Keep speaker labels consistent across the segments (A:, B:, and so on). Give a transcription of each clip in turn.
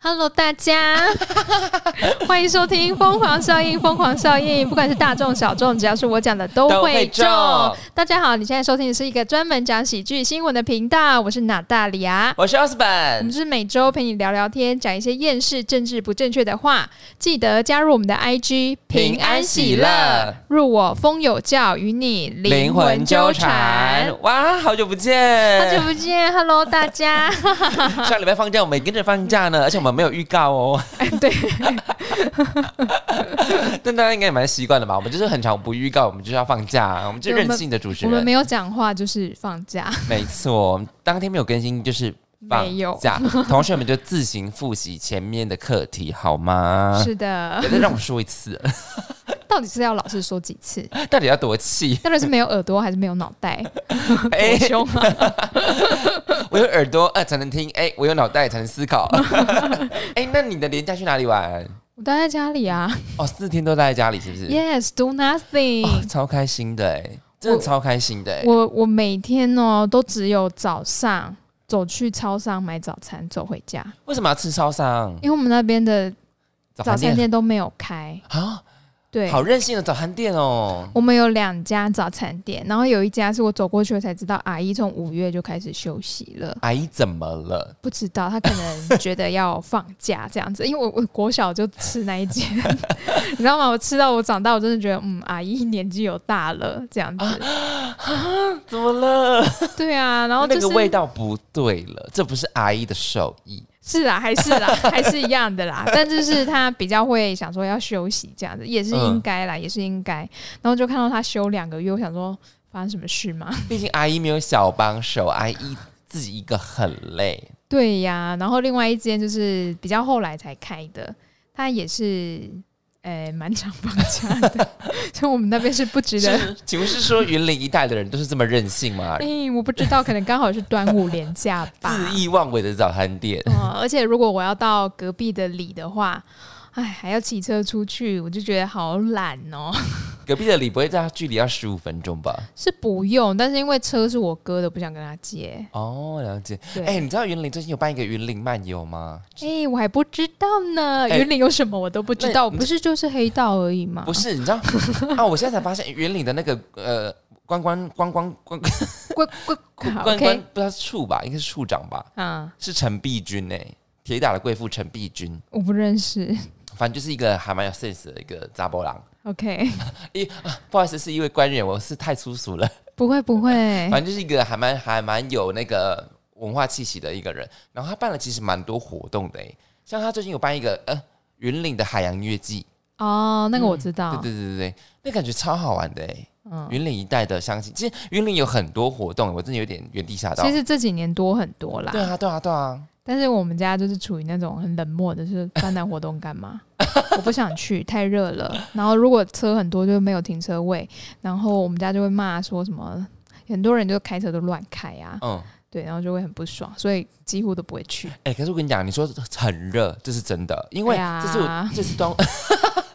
A: Hello，大家， 欢迎收听《疯狂效应》。疯狂效应，不管是大众小众，只要是我讲的都
B: 都
A: 会
B: 会
A: 中
B: 中。
A: 大家好，你现在收听的是一个专门讲喜剧新闻的频道，我是娜大里亚。
B: 我是奥斯
A: 我
B: 本
A: 们，就是每周陪你聊聊天，讲一些厌世、政治不正确的话。记得加入我们的 IG，
B: 平安喜乐，
A: 入我风有教，与你灵魂纠缠。。
B: 哇，好久不
A: 好久
B: 见！
A: 不见，Hello，大 家。
B: 上礼拜放假，我们也跟着放假呢，而且我们没有预告哦。
A: 对，
B: 但大家应该也蛮习惯的吧？我们就是很常不预告，我们就是要放假，我们就是
A: 对我们
B: 任性的主持
A: 我们
B: 人
A: 没。有讲话，就是放假。
B: 没错，当天没有更新就是放
A: 没有
B: 假， 同学们就自行复习前面的课题好吗？
A: 是的。
B: 再让我说一次，
A: 到底是要老师说几次？
B: 到底要多气？
A: 到底是没有耳朵还是没有脑袋？
B: 哎
A: 多凶 啊！
B: 我有耳朵呃才能听，哎、我有脑袋才能思 考。哎、那你的年假去哪里玩？
A: 我待在家里啊
B: 哦，四天都待在家里，是不是？
A: ，Yes, do nothing
B: 哦，超开心的哎，真的超开心的哎。
A: 嗯我我每天哦都只有早上走去超商买早餐，走回家，
B: 为什么要吃超商
A: 因为我们那边的早
B: 早
A: 餐
B: 餐店
A: 店都没有开。
B: 啊？
A: 对，
B: 好任性的早餐店哦。
A: 我们有两家早餐店，然后有一家是我走过去我才知道，阿姨从五月就开始休息了。
B: 阿姨怎么了？
A: 不知道，他可能觉得要放假这样子， 因为我我国小就吃那一间， 你知道吗？我吃到我长大，我真的觉得，嗯，阿姨年纪有大了这样子，
B: 怎么了？
A: 对啊，然后就
B: 啊那
A: 是
B: 个味道不对了，这不是阿姨的手艺。
A: 是啦，还是 啦，还是一样的啦，但就是他比较会想说要休息这样子，也是应该
B: 嗯
A: 啦，也是应该。然后就看到他休两个月，我想说发生什么事吗？
B: 毕竟阿姨没有小帮手，阿姨自己一个很累。
A: 对呀，然后另外一间就是比较后来才开的，它也是。呃，蛮常放假的， 所以我们那边是不值得
B: 是，请问是说云林一带的人都是这么任性吗？
A: 哎、我不知道，可能刚好是端午连假吧。
B: 恣意妄为的早餐店，
A: 嗯，而且如果我要到隔壁的里的话，哎，还要骑车出去，我就觉得好懒哦。
B: 隔壁的李不会家距离要十五分钟吧？
A: 是不用，但是因为车是我哥的，不想跟他借。
B: 哦，了解。
A: 对，
B: 哎、
A: 哎、
B: 你知道云林最近有办一个云林漫游吗？
A: 我还不知道呢，
B: 哎
A: 云林有什么我都不知道，
B: 那
A: 我不是就是黑道而已吗？
B: 不是，你知道啊？我现在才发现云岭的那个呃观光观光观观
A: 乖，乖乖
B: 观光
A: ，OK，
B: 不知道是处吧，应该是处长吧，
A: 啊，
B: 是陈碧君哎、铁打的贵妇陈碧君，
A: 我不认识
B: 反正就是一个还蛮有 sense 的一个杂波郎。
A: ，OK，
B: 不好意思，是一位官员，我是太粗俗了。
A: 不会不会，
B: 反正就是一个还蛮还蛮有那个文化气息的一个人。然后他办了其实蛮多活动的哎、像他最近有办一个呃云岭的海洋乐季，
A: 哦，那个我知道，
B: 嗯对对对对对，那感觉超好玩的哎、
A: 嗯，
B: 云林一带的乡亲，其实云林有很多活动，我真的有点原地吓到
A: 其。实这几年多很多啦，
B: 对啊，对啊，对啊，
A: 但是我们家就是处于那种很冷漠的，就是办那活动干嘛？ 我不想去，太热了。然后如果车很多，就没有停车位，然后我们家就会骂说什么，很多人就开车都乱开啊，
B: 嗯，
A: 对，然后就会很不爽，所以几乎都不会去。
B: 哎、可是我跟你讲，你说很热，这是真的，因为
A: 对啊
B: 这是我这次端午，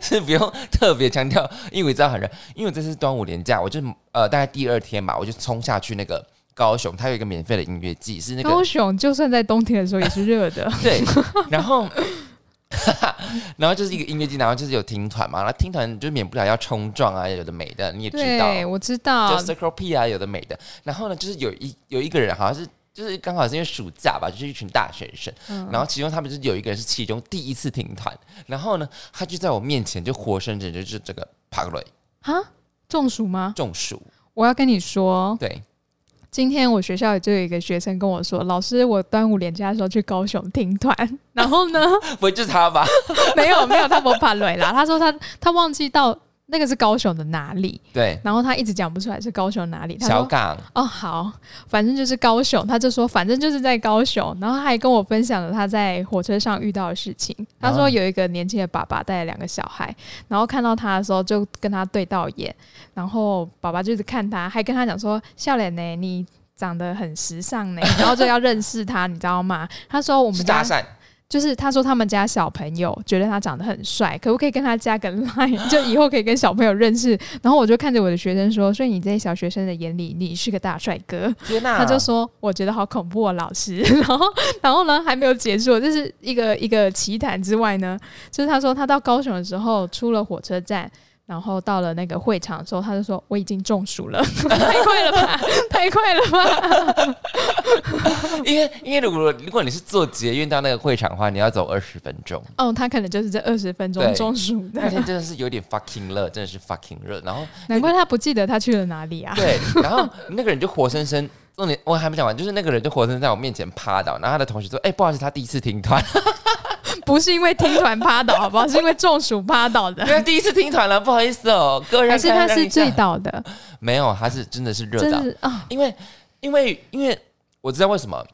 B: 是不用特别强调，因为知道很热，因为这次端午连假，我就呃大概第二天吧，我就冲下去那个高雄，它有一个免费的音乐季，是那个
A: 高雄就算在冬天的时候也是热的，
B: 对，然后。 然后就是一个音乐季，然后就是有听团嘛，然后听团就免不了要冲撞啊，有的没的， 你也知道。
A: 对，我知道
B: 就，Circle P 啊，有的没的。然后呢，就是有一有一个人好像是。就是刚好是因为暑假吧，就是一群大学生，
A: 嗯
B: 然后其中他们就是有一个人是其中第一次听团，然后呢，他就在我面前就活生生就是这个帕瑞
A: 哈，中暑吗？
B: 中暑，
A: 我要跟你说，
B: 对，
A: 今天我学校就有一个学生跟我说，老师，我端午连假的时候去高雄听团， 然后呢？
B: 不会就是他吧？
A: 没有没有，他不怕累啦。他说他他忘记到那个是高雄的哪里，
B: 对，
A: 然后他一直讲不出来是高雄哪里。他
B: 小
A: 说
B: 港，
A: 哦好，反正就是高雄，他就说哦反正就是在高雄，然后他还跟我分享了他在火车上遇到的事情。他说
B: 啊
A: 有一个年轻的爸爸带了两个小孩，然后看到他的时候就跟他对到眼，然后爸爸就一直看他，还跟他讲说笑脸呢你。长得很时尚呢，然后就要认识他，你知道吗？他说我
B: 是
A: 们家
B: 搭讪，
A: 就是他说他们家小朋友觉得他长得很帅，可不可以跟他加个 line，就以后可以跟小朋友认识。然后我就看着我的学生说，所以你在小学生的眼里，你是个大帅哥。
B: 天哪、
A: 他就说：“我觉得好恐怖哦，老师。”然后，然后呢，还没有结束，这是一个一个奇谈之外呢，就是他说他到高雄的时候，出了火车站，然后到了那个会场的时候，他就说：“我已经中暑 了， 太快了吧，太快了吧。
B: 因为因为如果如果你是坐捷运到那个会场的话，你要走二十分钟。”
A: 哦，他可能就是这二十分钟
B: 对
A: 中暑
B: 那
A: 的，
B: 天真的是有点 fucking 热，真的是 fucking 热。然后
A: 难怪他不记得他去了哪里啊。
B: 对，然后那个人就活生生，重点我还没讲完，就是那个人就活生生在我面前趴倒，然后他的同学说：“哎、不好意思，他第一次听团，，
A: 不是因为听团趴倒，好不好？是因为中暑趴倒的
B: 对， 第一次听团了，不好意思哦，各位 让
A: 还是他
B: 让
A: 是
B: 一下
A: 醉倒的？
B: 没有，他是真的是热
A: 真
B: 到，
A: 是啊，
B: 因为因为因为我知道为什么。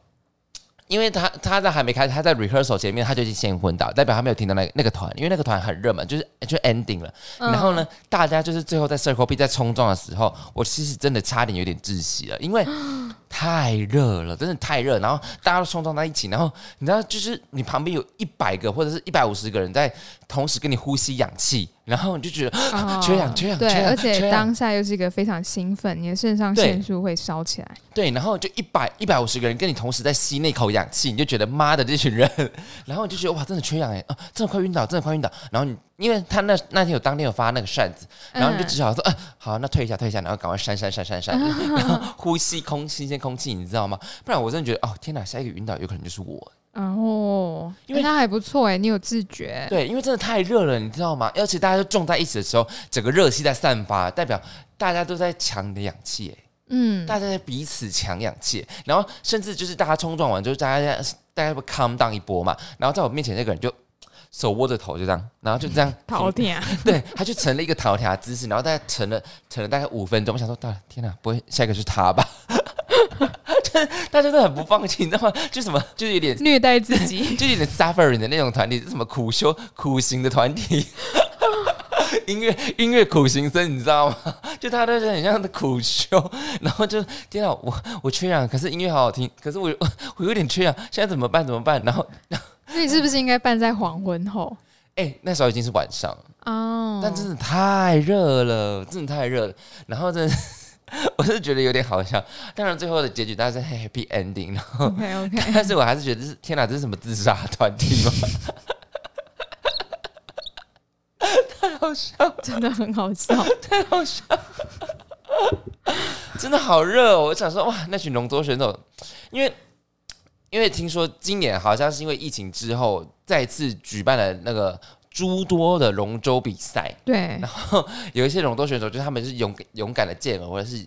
B: 因为他他在还没开始，他在 rehearsal 前面他就已经先昏倒，代表他没有听到那个那个团，因为那个团很热门，就是就 ending 了。
A: 嗯
B: 然后呢，大家就是最后在 circle B 在冲撞的时候，我其实真的差点有点窒息了， 因为太热了，真的太热。然后大家都冲撞在一起，然后你知道，就是你旁边有一百个或者是一百五十个人在同时跟你呼吸氧气，然后你就觉得
A: 哦
B: 缺氧缺氧缺
A: 对，
B: 氧
A: 而
B: 缺
A: 且
B: 氧
A: 当下又是一个非常兴奋，你的肾上
B: 对
A: 腺素会烧起来。
B: 对，然后就一百一百五十个人跟你同时在吸那口氧气，你就觉得妈的这群人， 然后你就觉得哇，真的缺氧哎，啊，真的快晕倒，真的快晕倒。然后你因为他那那天有当天有发那个扇子，然后你就只好说，呃，好，那退一下，退一下，然后赶快扇扇扇扇扇，然后呼吸空新鲜空气，你知道吗？不然我真的觉得哦，天哪，下一个晕倒有可能就是我。
A: 然后，因
B: 因为
A: 为他还不错哎、你有自觉，
B: 欸对，因为真的太热了，你知道吗？而且大家都撞在一起的时候，整个热气在散发，代表大家都在抢你的氧气哎。
A: 嗯，
B: 大家在彼此抢氧气，然后甚至就是大家冲撞完之后，大家大家会 calm down 一波嘛，然后在我面前那个人就手握着头就这样，然后就这样
A: 饕餮啊，
B: 对，他就成了一个逃条姿势，然后大概成了成了大概五分钟，我想说，到了天哪，不会下一个是他吧？ 就是大家都很不放弃，你知道吗？就什么就是有点。
A: 虐待自 己，
B: 就有点 suffering 的那种团体，是什么苦修苦行的团体， 音乐音乐苦行僧，你知道吗？ 就他都是很像苦修， 然后就天啊，我我缺氧，可是音乐好好听，可是我 我我有点缺氧，现在怎么办？怎么办？然后
A: 那你是不是应该办在黄昏后？
B: 哎、那时候已经是晚上，
A: 哦，
B: 但真的太热了，真的太热了，然后真的 是。我是觉得有点好笑，当然最后的结局大家是 happy ending，然后
A: OK OK，
B: 但是我还是觉得是天哪，这是什么自杀团体吗？
A: 真的很好 笑。
B: 真的好热、哦，我想说哇，那群龙舟选手，因为因为听说今年好像是因为疫情之后再次举办了那个诸多的龙舟比赛，
A: 对，
B: 有一些龙舟选手就是他们是勇勇敢的健儿或者是嘖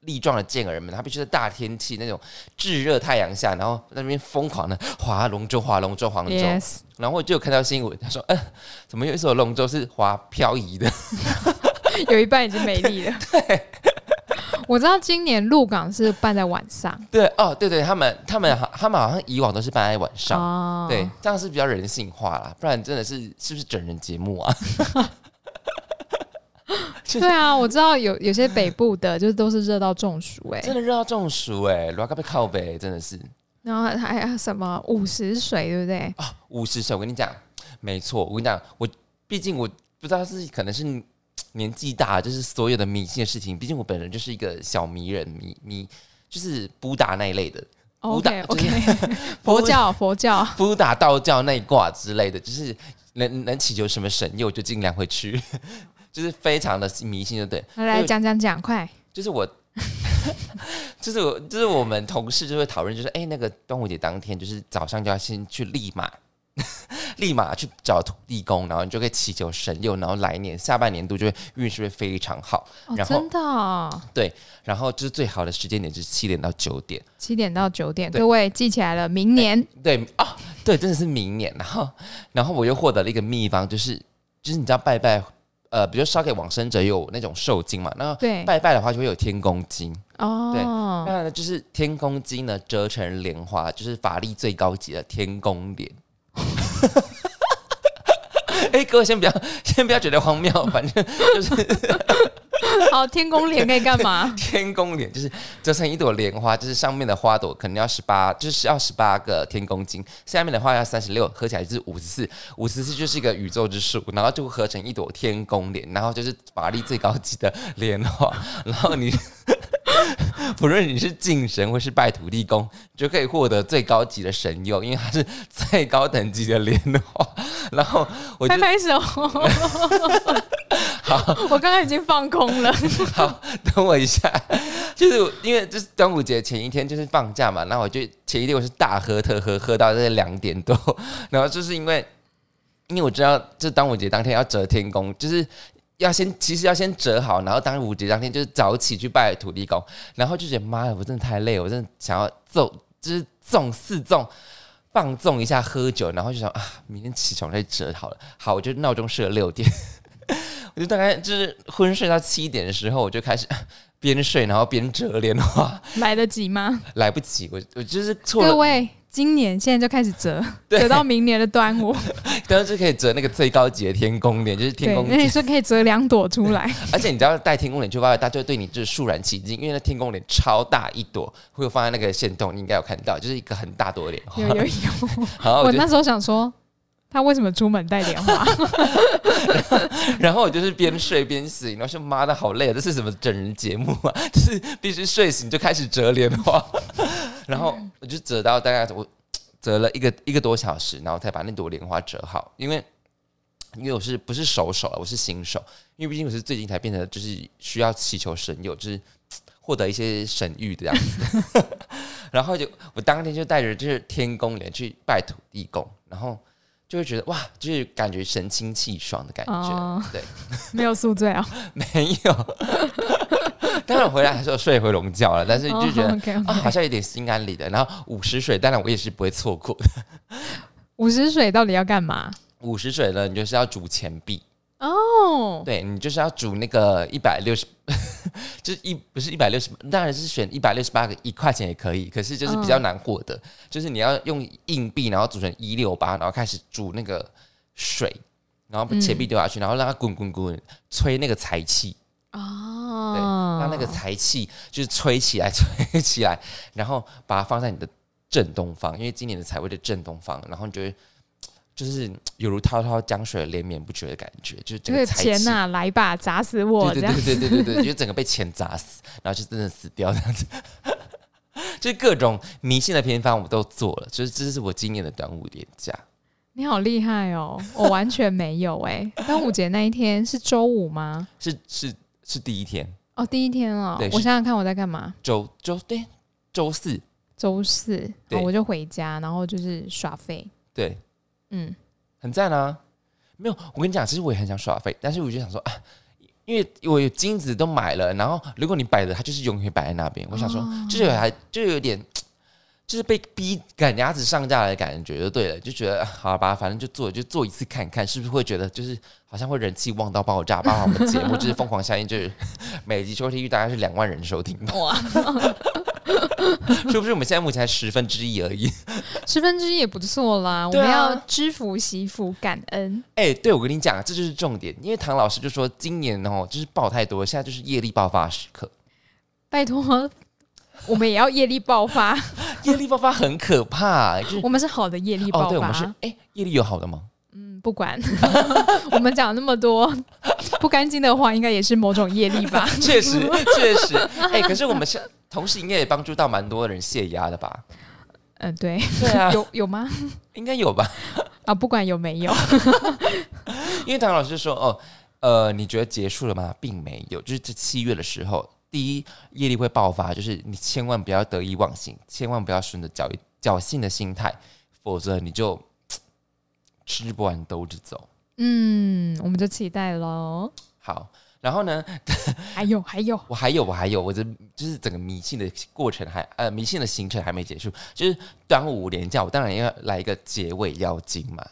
B: 力壮的健儿们，他必须在大天气那种炙热太阳下，然后在那边疯狂的划龙舟、划龙舟、划龙舟。
A: Yes，
B: 然后我就有看到新闻，他说：“ 嗯、怎么有一艘龙舟是划漂移的？
A: 有一半已经没力 了。我知道今年鹿港是办在晚上
B: 对，哦，对对，他们他们 好他们好像以往都是办在晚上。
A: 哦，
B: 对，这样是比较人性化啦，不然真的是是不是整人节目啊？
A: 对啊，我知道有有些北部的就是都是热到中暑哎、
B: 真的热到中暑哎、欸，罗嘎被靠背真的是
A: 然后还有什么五十水对不对？
B: 啊，五十岁我跟你讲，没错，我跟你讲，我毕竟我不知道是可能是年纪大，就是所有的迷信的事情，毕竟我本人就是一个小迷人迷迷，就是布达那一类的，武打
A: 哦 OK
B: 就是
A: OK，佛 教佛教，
B: 布达道教那一挂之类的，就是能能祈求什么神佑就尽量会去， 就是非常的迷信，就对。
A: 来
B: 所以
A: 来
B: 我
A: 讲讲讲，快！
B: 就是我， 就是我，就是我们同事就会讨论，就是哎、那个端午节当天，就是早上就要先去立马， 立马去找土地公，然后你就可以祈求神佑，然后来年下半年度就会运势会非常好。
A: 哦，
B: 然后
A: 真的、哦，
B: 然后就是最好的时间点就是七点到九点，
A: 七点到九点，
B: 对
A: 各位记起来了，明年
B: 对啊、对，真的是明年。然后，然后我又获得了一个秘方，就是就是你知道拜拜，呃，比如烧给往生者有那种寿金嘛，那
A: 对
B: 拜拜的话就会有天公金。
A: 哦，
B: 那就是天公金呢，折成莲花，就是法力最高级的天公莲。 哎、各位先不要，先不要觉得荒谬，反正就是
A: 好，天公脸可以干嘛？
B: 天宫莲就是折成一朵莲花，就是上面的花朵可能要十八，就是要十八个天宫金，下面的话要三十六，合起来就是五十四，五十四就是一个宇宙之数，然后就合成一朵天宫莲，然后就是法力最高级的莲花，然后你 不论你是敬神或是拜土地公，你就可以获得最高级的神佑，因为它是最高等级的莲花。然后我就
A: 拍拍 手。 我刚刚已经放空了。
B: 好， 等我一下，就是因为就是端午节前一天就是放假嘛，然后我就前一天我是大喝特喝，喝到这两点多，然后就是因为因为我知道就是端午节当天要折天公，就是。要先，其实要先折好，然后端午节当天就是早起去拜土地公，然后就觉得妈呀，我真的太累了，我真的想要揍，就是纵四纵放纵一下喝酒，然后就想啊，明天起床再折好了。好，我就闹钟设六点，我就大概就是昏睡到七点的时候，我就开始 啊边睡然后边折莲花，
A: 来得及吗？
B: 来不及，我我就是错
A: 各
B: 了，
A: 位，今年现在就开始折，
B: 对
A: 折到明年的端午。
B: 当然就可以折那个最高级的天宫莲，就是 天
A: 对，
B: 宫
A: 那你说可以折两朵出来，
B: 而且你只要带天宫莲去外面，大家就会对你就是肃然起敬，因为那天宫莲超大一朵，会放在那个线洞，你应该有看到，就是一个很大朵莲花
A: 有。有有。
B: 然
A: 我
B: 后哦我就，
A: 那时候想说，他为什么出门带莲 花？
B: 然后我就是边睡边醒，然后说妈的好累啊，这是什么整人节目啊？ 就是必须睡醒就开始折莲花， 然后我就折到大概我折了一个一个多小时，然后才把那朵莲花折好，因为。因为我是不是熟手啊，我是新手，因为毕竟我是最近才变得就是需要祈求神佑，就是获得一些神谕的样子。 然后就我当天就带着就是天公莲去拜土地公，然后就会觉得哇，就是感觉神清气爽的感觉。
A: 哦
B: 对，
A: 没有宿醉啊？
B: 没有。 当然回来还是有睡回笼觉了，但是就觉得、
A: OK
B: 啊，好
A: OK。
B: 像有点心安理得。然后午时水，当然我也是不会错过 的。
A: 五十水到底要干嘛？
B: 午时水呢，你就是要煮钱币，
A: 哦，
B: 对你就是要煮那个一百六十， 就是一不是一百六十，当然是选一百六十八个一块钱也可以，可是就是比较难获得，就是你要用硬币，然后组成一六八，然后开始煮那个水，然后把钱币丢下去，然后让它滚滚滚，吹那个财气，对，
A: 哦，
B: 让那个财气就是吹起来，吹起来，然后把它放在你的正东方，因为今年的财位在正东方，然后你就会。就是有如滔滔江水连绵不绝的感觉，就是
A: 这
B: 整
A: 个
B: 个财气
A: 钱呐、来吧，砸死我这
B: 对
A: 样
B: 对。对对对对对，就整个被钱砸死，然后就真的死掉这 样子。就是各种迷信的偏方我都做了，就是这是我今年的端午连假，
A: 你好厉害哦，我完全没有哎、端午节那一天是周五吗？
B: 是是是第一天，
A: 哦，第一天哦
B: 对。是
A: 我想想看我在干嘛。
B: 周周对周四
A: 周四、
B: 对
A: 哦我就回家，然后就是耍废。
B: 对，
A: 嗯，
B: 很赞啊。没有，我跟你讲，其实我也很想耍废，但是我就想说啊，因为我有金子都买了，然后如果你摆了，它就是永远摆在那边。我想说，就是还就有点。就是被逼赶鸭子上架的感觉就对了，就觉得啊好吧，反正就做就做一次看看，是不是会觉得就是好像会人气旺到爆炸，包括我们节目就是疯狂效应，就是 每集收听率大概是两万人收听吧，
A: 哇，
B: 是不是？我们现在目前才十分之一而已。
A: 十分之一也不错啦。我
B: 对
A: 们
B: 啊
A: 要知福惜福，感恩。
B: 哎、对我跟你讲，这就是重点，因为唐老师就说今年哦就是爆太多，现在就是业力爆发时刻，
A: 拜托， 我们也要业力爆 发，
B: 业力爆发很可怕，就是
A: 我们是好的业力
B: 哦，
A: 爆
B: 对，我
A: 发。
B: 们是哎、业力有好的吗？
A: 嗯，不管 我们讲那么多不干净的话，应该也是某种业力吧？
B: 确 实，确实，哎、可是我们是同时应该也帮助到蛮多人泄压的吧？
A: 嗯、 对，
B: 对啊，
A: 有有吗？
B: 应该有吧？
A: 啊，不管有没有，
B: 因为唐老师说，哦，呃，你觉得结束了吗？并没有，就是这七月的时候，第一业力会爆发，就是你千万不要得意忘形，千万不要顺着侥侥幸的心态，否则你就嘖吃不完兜着走。
A: 嗯，我们就期待喽。
B: 好，然后呢，
A: 还有还有，
B: 我还有，我还有，我这就是整个迷信的过程还呃迷信的行程还没结束，就是端午连假，我当然要来一个结尾妖精嘛。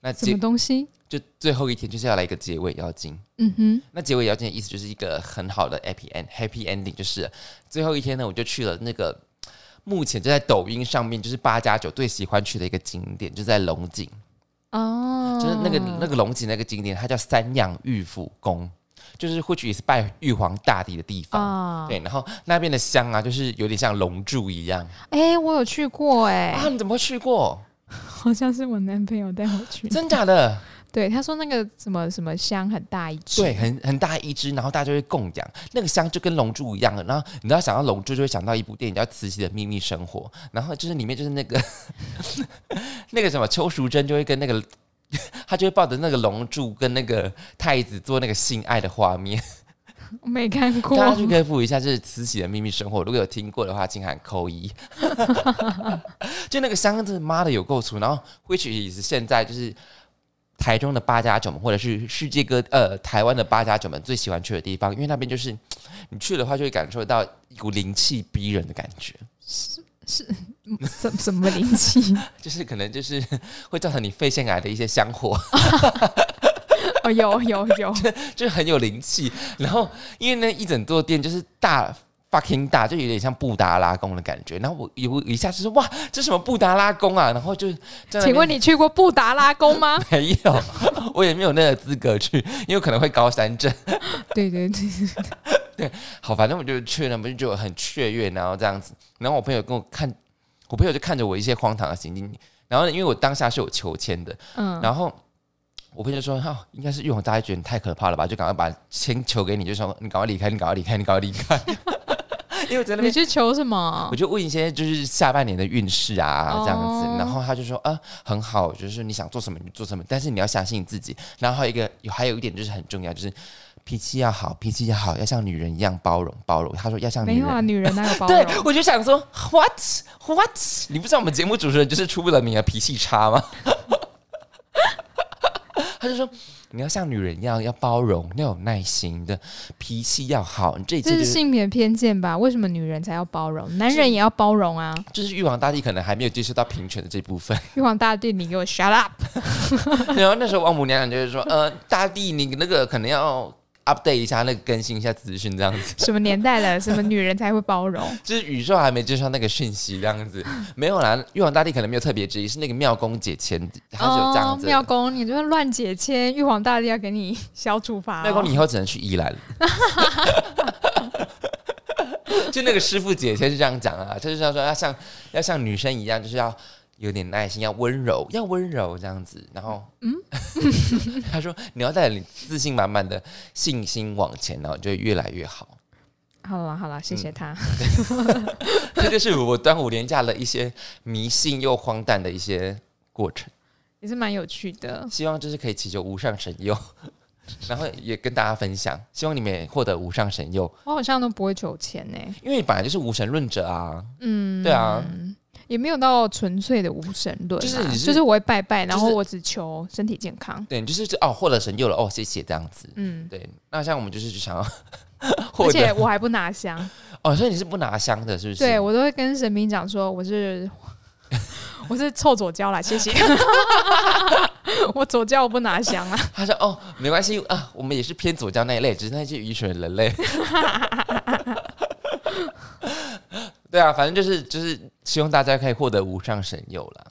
B: 那
A: 什
B: 结
A: 么东西？
B: 就最后一天就是要来一个结尾妖精。
A: 嗯哼，
B: 那结尾妖精的意思就是一个很好的 happy end happy ending，就是了最后一天呢，我就去了那个目前就在抖音上面就是八加九最喜欢去的一个景点，就是在龙井，
A: 哦，嗯
B: 就是那个那个龙井那个景点，它叫三样玉府宫。就是或许也是拜玉皇大帝的地方。
A: 啊，
B: 对，然后那边的香啊，就是有点像龙柱一样
A: 哎、我有去过哎、
B: 啊！你怎么会去过？
A: 好像是我男朋友带我去。
B: 真假的？
A: 对，他说那个什么什么香很大一支，
B: 对，，很很大一只，然后大家就会供养那个香，就跟龙珠一样。然后你知道想到龙珠，就会想到一部电影叫《慈禧的秘密生活》，然后就是里面就是那个 那个什么邱淑贞就会跟那个。 她就会抱着那个龙柱跟那个太子做那个性爱的画面，
A: 我没看过。
B: 大家去科普一下，这是慈禧的秘密生活。如果有听过的话，请喊扣一。 就那个箱子，妈的有够粗，然后或许也是现在就是台中的八家九们，或者是世界各呃台湾的八家九们最喜欢去的地方，因为那边就是你去的话，就会感受到一股灵气逼人的感觉，
A: 嗯什什么灵气？
B: 就是可能就是会造成你肺腺癌的一些香火，
A: 哦，有有有，
B: 就是很有灵气。然后因为那一整座店就是大 fucking 大，就有点像布达拉宫的感觉。然后我一我一下就说哇，这什么布达拉宫啊？然后就在那边
A: 请问你去过布达拉宫吗？
B: 没有， 我也没有那个资格去，因为可能会高山症。
A: 对对对，
B: 好，反正我就去了，我就觉得很雀跃，然后这样子。然后我朋友跟我看，我朋友就看着我一些荒唐的行径。然后呢因为我当下是有求签的，
A: 嗯，
B: 然后我朋友就说：“哦，应该是玉皇大帝觉得你太可怕了吧，就赶快把签求给你，就说你赶快离开，你赶快离开，你赶快离开。” 因为我在那
A: 你
B: 边，
A: 去求什么
B: 我？就问一些就是下半年的运势啊这样子，
A: 哦
B: 然后他就说：“啊，很好，就是你想做什么你就做什么，但是你要相信自己。”然后还有一个，有还有一点就是很重要，就是。脾气要好，脾气要好，要像女人一样包容包容。他说要像女
A: 没
B: 人，
A: 有啊，女人哪有包
B: 对
A: 容？，
B: 我就想说，what what？你不知道我们节目主持人就是出不了名的啊脾气差 吗？他就说，你要像女人一样，要包容，要有耐心的，脾气要好。你这一
A: 这
B: 切就是是
A: 性别偏见吧？为什么女人才要包容，男人也要包容啊？
B: 就是玉皇大帝可能还没有接触到平权的这部分。
A: 玉皇大帝，你给我 shut up！
B: 然后那时候王母娘娘就是说，呃，大帝你那个可能要 update 一下，那个更新一下资讯这样 子。
A: 什么年代了？什么女人才会包容？
B: 就是宇宙还没接受那个讯息这样子，没有啦。玉皇大帝可能没有特别质疑，是那个妙公解签， 他是有这样子的。
A: 妙哦公，你这乱解签，玉皇大帝要给你小处罚、哦。
B: 那公你以后只能去宜兰。 就那个师傅姐姐是这样讲啊，就是要说要像要像女生一样，就是要有点耐心，要温柔，要温柔这样子。然后， 嗯，他说你要带着你自信满满的信心往前，然后就会越来越好。
A: 好了好了，谢
B: 嗯
A: 谢他。
B: 这就是我端午连假的一些迷信又荒诞的一些过程。
A: 也是蛮有趣的。
B: 希望就是可以祈求无上神佑，然后也跟大家分享，希望你们也获得无上神佑，
A: 我好像都不会求钱呢、
B: 因为你本来就是无神论者啊。
A: 嗯，
B: 对啊，
A: 也没有到纯粹的无神论啊、
B: 就是你是
A: 就是我会拜拜，
B: 就是
A: 然后我只求身体健康。
B: 对，你就是哦，获得神佑了哦，谢谢这样子。
A: 嗯，
B: 对，那像我们就是想要 获
A: 而且
B: 得
A: 我还不拿香，
B: 哦，所以你是不拿香 的，是不是？
A: 对我都会跟神明讲说我是 我是臭左交啦，谢 谢。我左交我不拿香啊，
B: 他说哦，没关系啊，我们也是偏左教那一类，只是那些愚蠢的人类。 对啊，反正就是就是希望大家可以获得无上神佑啦。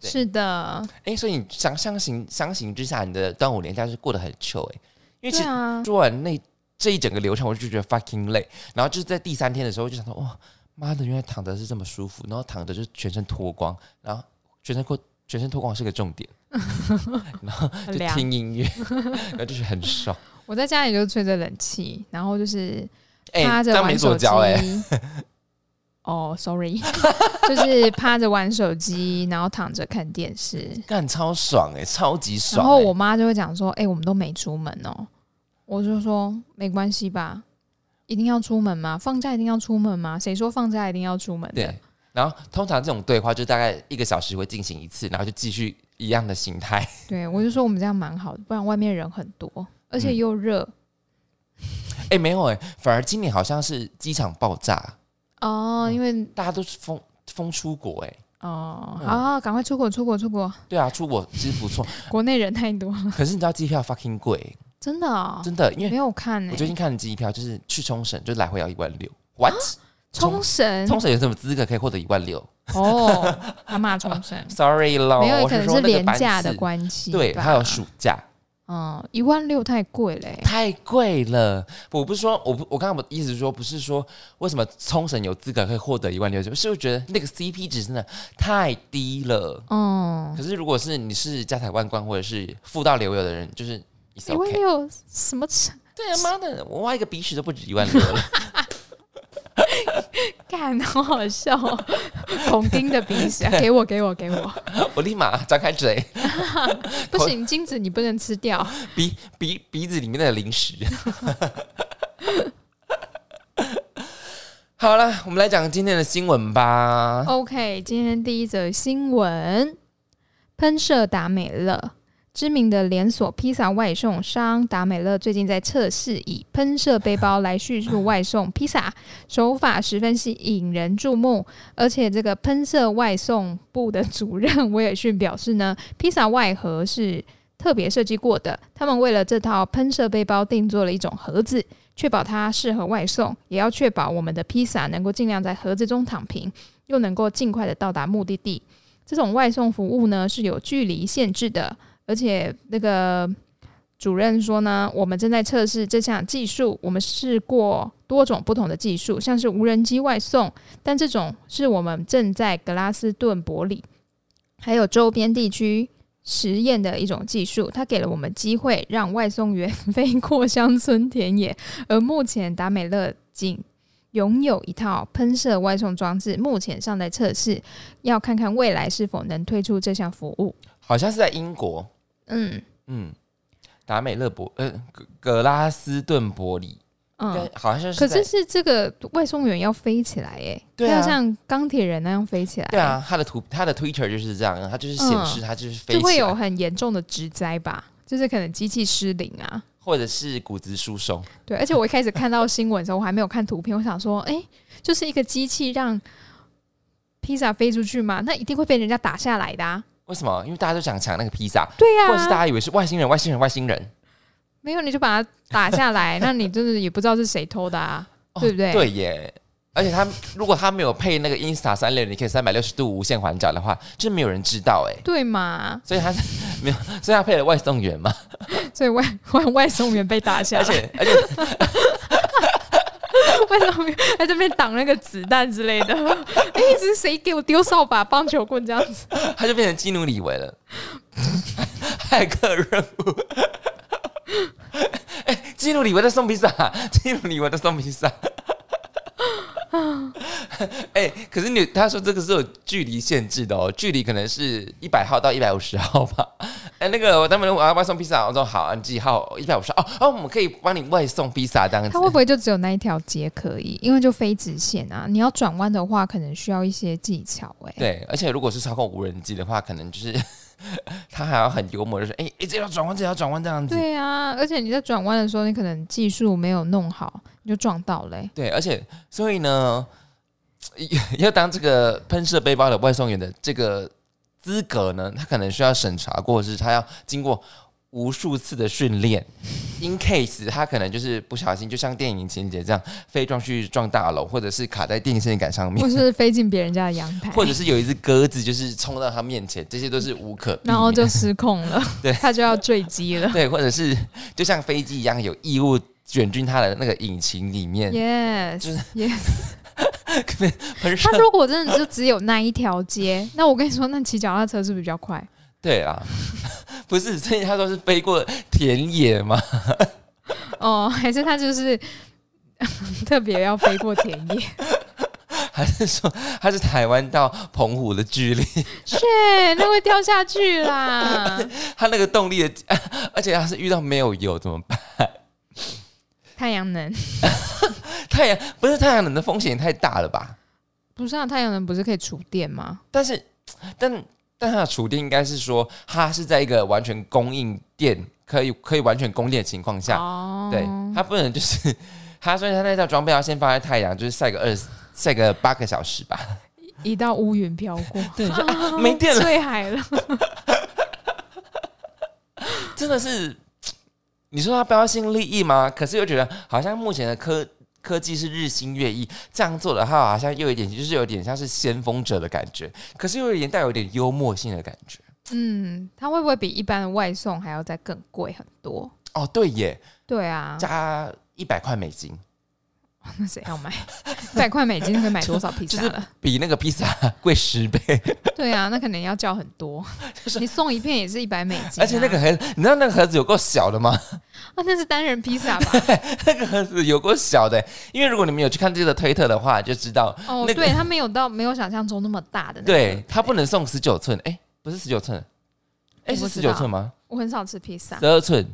B: 对
A: 是的，
B: 哎、所以你相相形相形之下，你的端午连假是过得很 chill 哎、因为
A: 对
B: 其实
A: 啊，
B: 做完那这一整个流程，我就觉得 fucking 累。然后就是在第三天的时候，我就想说，哇，妈的，原来躺着是这么舒服。然后躺着就全身脱光，然后全身脱全身脱光是个重点，然后
A: 很
B: 就
A: 凉。
B: 听音乐，然后就是很 爽。
A: 我在家里就吹着冷气，然后就是
B: 哎、
A: 趴
B: 这
A: 着
B: 样没
A: 玩手
B: 左
A: 机。
B: 交哎、
A: 哦、s o r r y 就是趴着玩手机，然后躺着看电视。
B: 干超爽哎、超级
A: 然
B: 爽、欸。
A: 后我妈就会讲说：“哎、我们都没出门哦。”我就说：“没关系吧，一定要出门吗？放假一定要出门吗？谁说放假一定要出门的
B: 对？”，然后通常这种对话就大概一个小时会进行一次，然后就继续一样的形态。
A: 对，我就说我们这样蛮好的，不然外面人很多，而且
B: 嗯
A: 又热、
B: 哎、没有哎、反而今年好像是机场爆炸，嗯
A: 哦，因为
B: 大家都是疯疯出国哎、
A: 哦，
B: 嗯
A: 好好，赶快出国，出国，出国，
B: 对啊，出国其实不错，
A: 国内人太多了，
B: 可是你知道机票 fucking 贵，
A: 真的哦，
B: 真的，因
A: 没
B: 为
A: 有看欸呢、
B: 我最近看的机票就是去冲绳，就来回要一万六。What？
A: 哦冲绳
B: 冲绳有什么资格可以获得一万六
A: 哦，阿妈冲绳
B: ，？Sorry 咯，
A: 没有，
B: 哦我
A: 可能
B: 说
A: 是
B: 那个
A: 廉
B: 班
A: 价的
B: 次，
A: 关系吧，
B: 对，还有暑假，
A: 嗯，一万六太贵欸嘞、
B: 太贵了。我不是说，我不，我刚刚我意思是说，不是说为什么冲绳有资格可以获得一万六千，是我觉得那个 CP 值真的太低了。
A: 嗯
B: 可，是如果是你是家财万贯或者是富到流油的人，就是一
A: 一
B: s
A: 万
B: OK。
A: 六什么
B: 对啊，妈的，我挖一个鼻屎都不止一万六了。
A: 干？好好笑、哦， 孔丁的鼻屎、啊，给我，给我，给我！
B: 我立马张开嘴，
A: 不行，金子你不能吃掉。
B: 鼻鼻鼻子里面的零食。 好了，我们来讲今天的新闻吧。
A: OK，今天第一则新闻：喷射达美乐。知名的连锁披萨外送商达美乐最近在测试以喷射背包来叙述外送披萨，手法十分吸引人注目。而且，这个喷射外送部的主任威尔逊表示呢， 披萨外盒是特别设计过的，他们为了这套喷射背包定做了一种盒子，确保它适合外送，也要确保我们的披萨能够尽量在盒子中躺平。又能够尽快的到达目的地。这种外送服务呢是有距离限制的，而且那个主任说呢，我们正在测试这项技术，我们试过多种不同的技术，像是无人机外送，但这种是我们正在格拉斯顿伯里还有周边地区。实验的一种技术，它给了我们机会，让外送员飞过乡村田野。而目前，达美乐仅拥有一套喷射外送装置，目前尚在测试，要看看未来是否能推出这项服务。
B: 好像是在英国，
A: 嗯
B: 嗯，达美乐伯，呃，格格拉斯顿伯里，
A: 嗯
B: 对，，好像是在。
A: 可是是这个外送员要飞起来耶，
B: 对啊
A: 要像钢铁人那样飞起来，
B: 对，啊，他的图，他的 Twitter 就是这样，他就是显示他就是飞
A: 嗯就会
B: 起来，
A: 有很严重的植栽吧，就是可能机器失灵啊。
B: 或者是骨质疏松。
A: 对，而且我一开始看到新闻的时候，我还没有看图片，我想说，哎、就是一个机器让披萨飞出去嘛，那一定会被人家打下来的、啊。
B: 为什么？因为大家都想抢那个披萨，
A: 对啊呀、
B: 或者是大家以为是外星人，外星人，外星人。
A: 没有你就把它打下来， 那你真的也不知道是谁偷的啊，
B: 哦
A: 对不对？
B: 对耶！而且他如果他没有配那个 Insta 三六，你可以三百六十度无限还trả的话，就是没有人知道哎。
A: 对嘛？
B: 所以他是没有，所以他配了外送员嘛。
A: 所以外 外外送员被打下
B: 而
A: 来，
B: 且而且
A: 外送员在这边挡那个子弹之 类的。哎、这是谁给我丢扫把、棒球棍这样子？
B: 他就变成基努里维了， 骇客任务。哎，基努里维在送披萨， 基努里维在送披萨。 哎、可是你他说这个是有距离限制的哦，距离可能是一百号到一百五十号吧。 哎、那个我当然我要外送披萨，我说好，啊，你几号？一百五十哦哦，我们可以帮你外送披萨这样子
A: 他。会不会就只有那一条街可以？因为就非直线啊，你要转弯的话，可能需要一些技巧、哎，
B: 对，而且如果是操控无人机的话，可能就是 他还要很幽默，就是哎、一直要转弯，这要转弯这样子。
A: 对啊，而且你在转弯的时候，你可能技术没有弄好，你就撞到 嘞、
B: 对，而且所以呢， 要当这个喷射背包的外送员的这个资格呢，他可能需要审查过，是他要经过无数次的训 练。In case 他可能就是不小心，就像电影情节这样飞撞去撞大楼，或者是卡在电线杆上面
A: 或，是飞进别人家的阳台，
B: 或者是有一只鸽子就是冲到他面前，这些都是无可避 免。
A: 然后就失控了，
B: 对
A: 他就要坠机了。
B: 对，或者是就像飞机一样有异物卷进他的那个引擎里面，就是
A: Yes, yes。
B: 喷射
A: 他如果真的就只有那一条街，那我跟你说，那骑脚踏车是不是比较快？
B: 对啊， 不是，所以他说是飞过田野嘛，
A: 哦，还是他就是 特别要飞过田 野
B: 还是说他是台湾到澎湖的距离？
A: ？shit，那会掉下去啦！
B: 他那个动力的， 而且他是遇到没有油怎么办？
A: 太阳能
B: 太阳不是太阳能的风险也太大了吧？
A: 不是啊，太阳能不是可以储电吗？
B: 但是，但但它的储电应该是说，它是在一个完全供应电可以可以完全供电的情况下，
A: 哦
B: 啊对，它不能就是 他所以他那套装备要先放在太阳，就是晒个二十晒个八个小时吧。
A: 一道乌云飘过，
B: 对，就啊没电了，
A: 坠海了。
B: 真的是，你说他标新立异吗？可是又觉得好像目前的科科技是日新月异，这样做的话好像又有一点就是有点像是先锋者的感觉，可是又有一点带有一点幽默性的感觉。
A: 嗯，它会不会比一般的外送还要再更贵很多？
B: 哦，对耶，
A: 对啊，
B: 加一百块美金，
A: 那谁要买？ 百块美金可以买 多少披萨了？
B: 比那个披萨贵十 倍，
A: 对啊，那可能要叫很 多。你送一片也是一百美金啊、
B: 而且那个盒，你知道那个盒子有够小的吗？
A: 啊，那是单人披萨吧？
B: 那个盒子有够小的，因为如果你们有去看这个推特的话，就知道，
A: 哦，
B: 那个
A: 对，它没有到没有想象中那么大的、那个。
B: 对，它不能送十九寸，哎，不是十九寸，
A: 我
B: 哎，
A: 不
B: 是十
A: 知
B: 九
A: 道
B: 寸吗？
A: 我很少吃披萨
B: 十，二寸，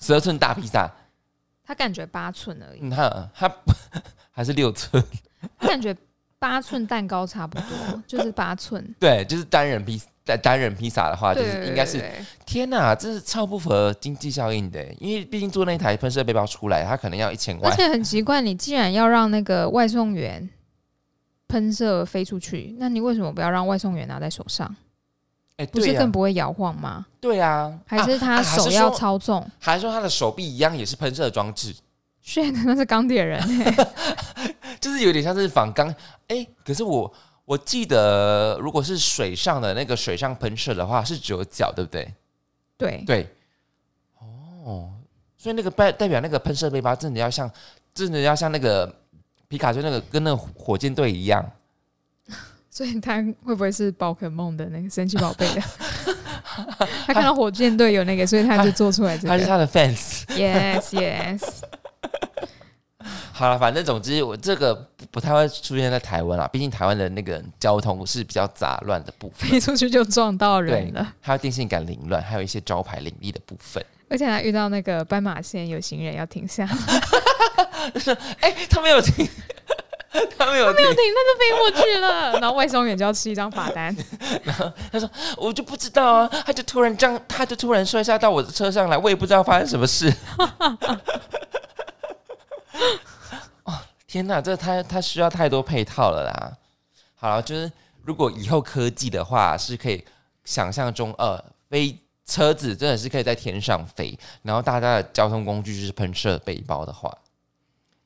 B: 十二寸大披萨，
A: 它感觉八寸而已，
B: 你看它 还是六寸，
A: 它感觉八寸蛋糕差不 多，就是八寸。
B: 对，就是单人披单单人披萨的啊话，就
A: 对，
B: 是应该是
A: 对对
B: 天呐，这是超不符合经济效应的，欸因为毕竟做那台喷射背包出来，它可能要一千
A: 而
B: 万。
A: 且很奇怪，你既然要让那个外送员喷射飞出去，那你为什么不要让外送员拿在手上？
B: 哎、
A: 不
B: 对
A: 是
B: 呀、
A: 更不会摇晃吗？
B: 对呀、啊，
A: 还是
B: 啊
A: 他
B: 还是
A: 手要
B: 说
A: 操纵？
B: 还是说他的手臂一样也是喷射装置，
A: shit，那是钢铁人、
B: 就是有点像是仿钢。哎、可是我我记得，如果是水上的那个水上喷射的话，是只有脚，对不对？
A: 对，
B: 对，哦，所以那个代代表那个喷射背包真的要像，真的要像那个皮卡丘那个跟那个火箭队一样，
A: 所以他会不会是宝可梦的那个神奇宝贝的？啊 他看到火箭队有那个，所以他就做出来这
B: 他是
A: 个。
B: 他的 fans。
A: Yes, yes。
B: 好了，反正总之我这个不不太会出现在台湾啦，毕竟台湾的那个交通是比较杂乱的部分，
A: 飞出去就撞到
B: 对
A: 人了，，
B: 还有电线杆凌乱，还有一些招牌林立的部分。
A: 而且还遇到那个斑马线有行人要停下， 他
B: 哎、他没有停， 他没有
A: 没有
B: 停
A: 停，，那就飞过去了。然后外送员就要吃一张罚单。
B: 我就不知道啊，他就突然这样，他就突然摔下到我的车上来，我也不知道发生什么事。 哦，哦天哪，这他他需要太多配套了啦。好了，就是如果以后科技的话，是可以想象中，呃，飞车子真的是可以在天上飞，然后大家的交通工具就是喷射背包的话，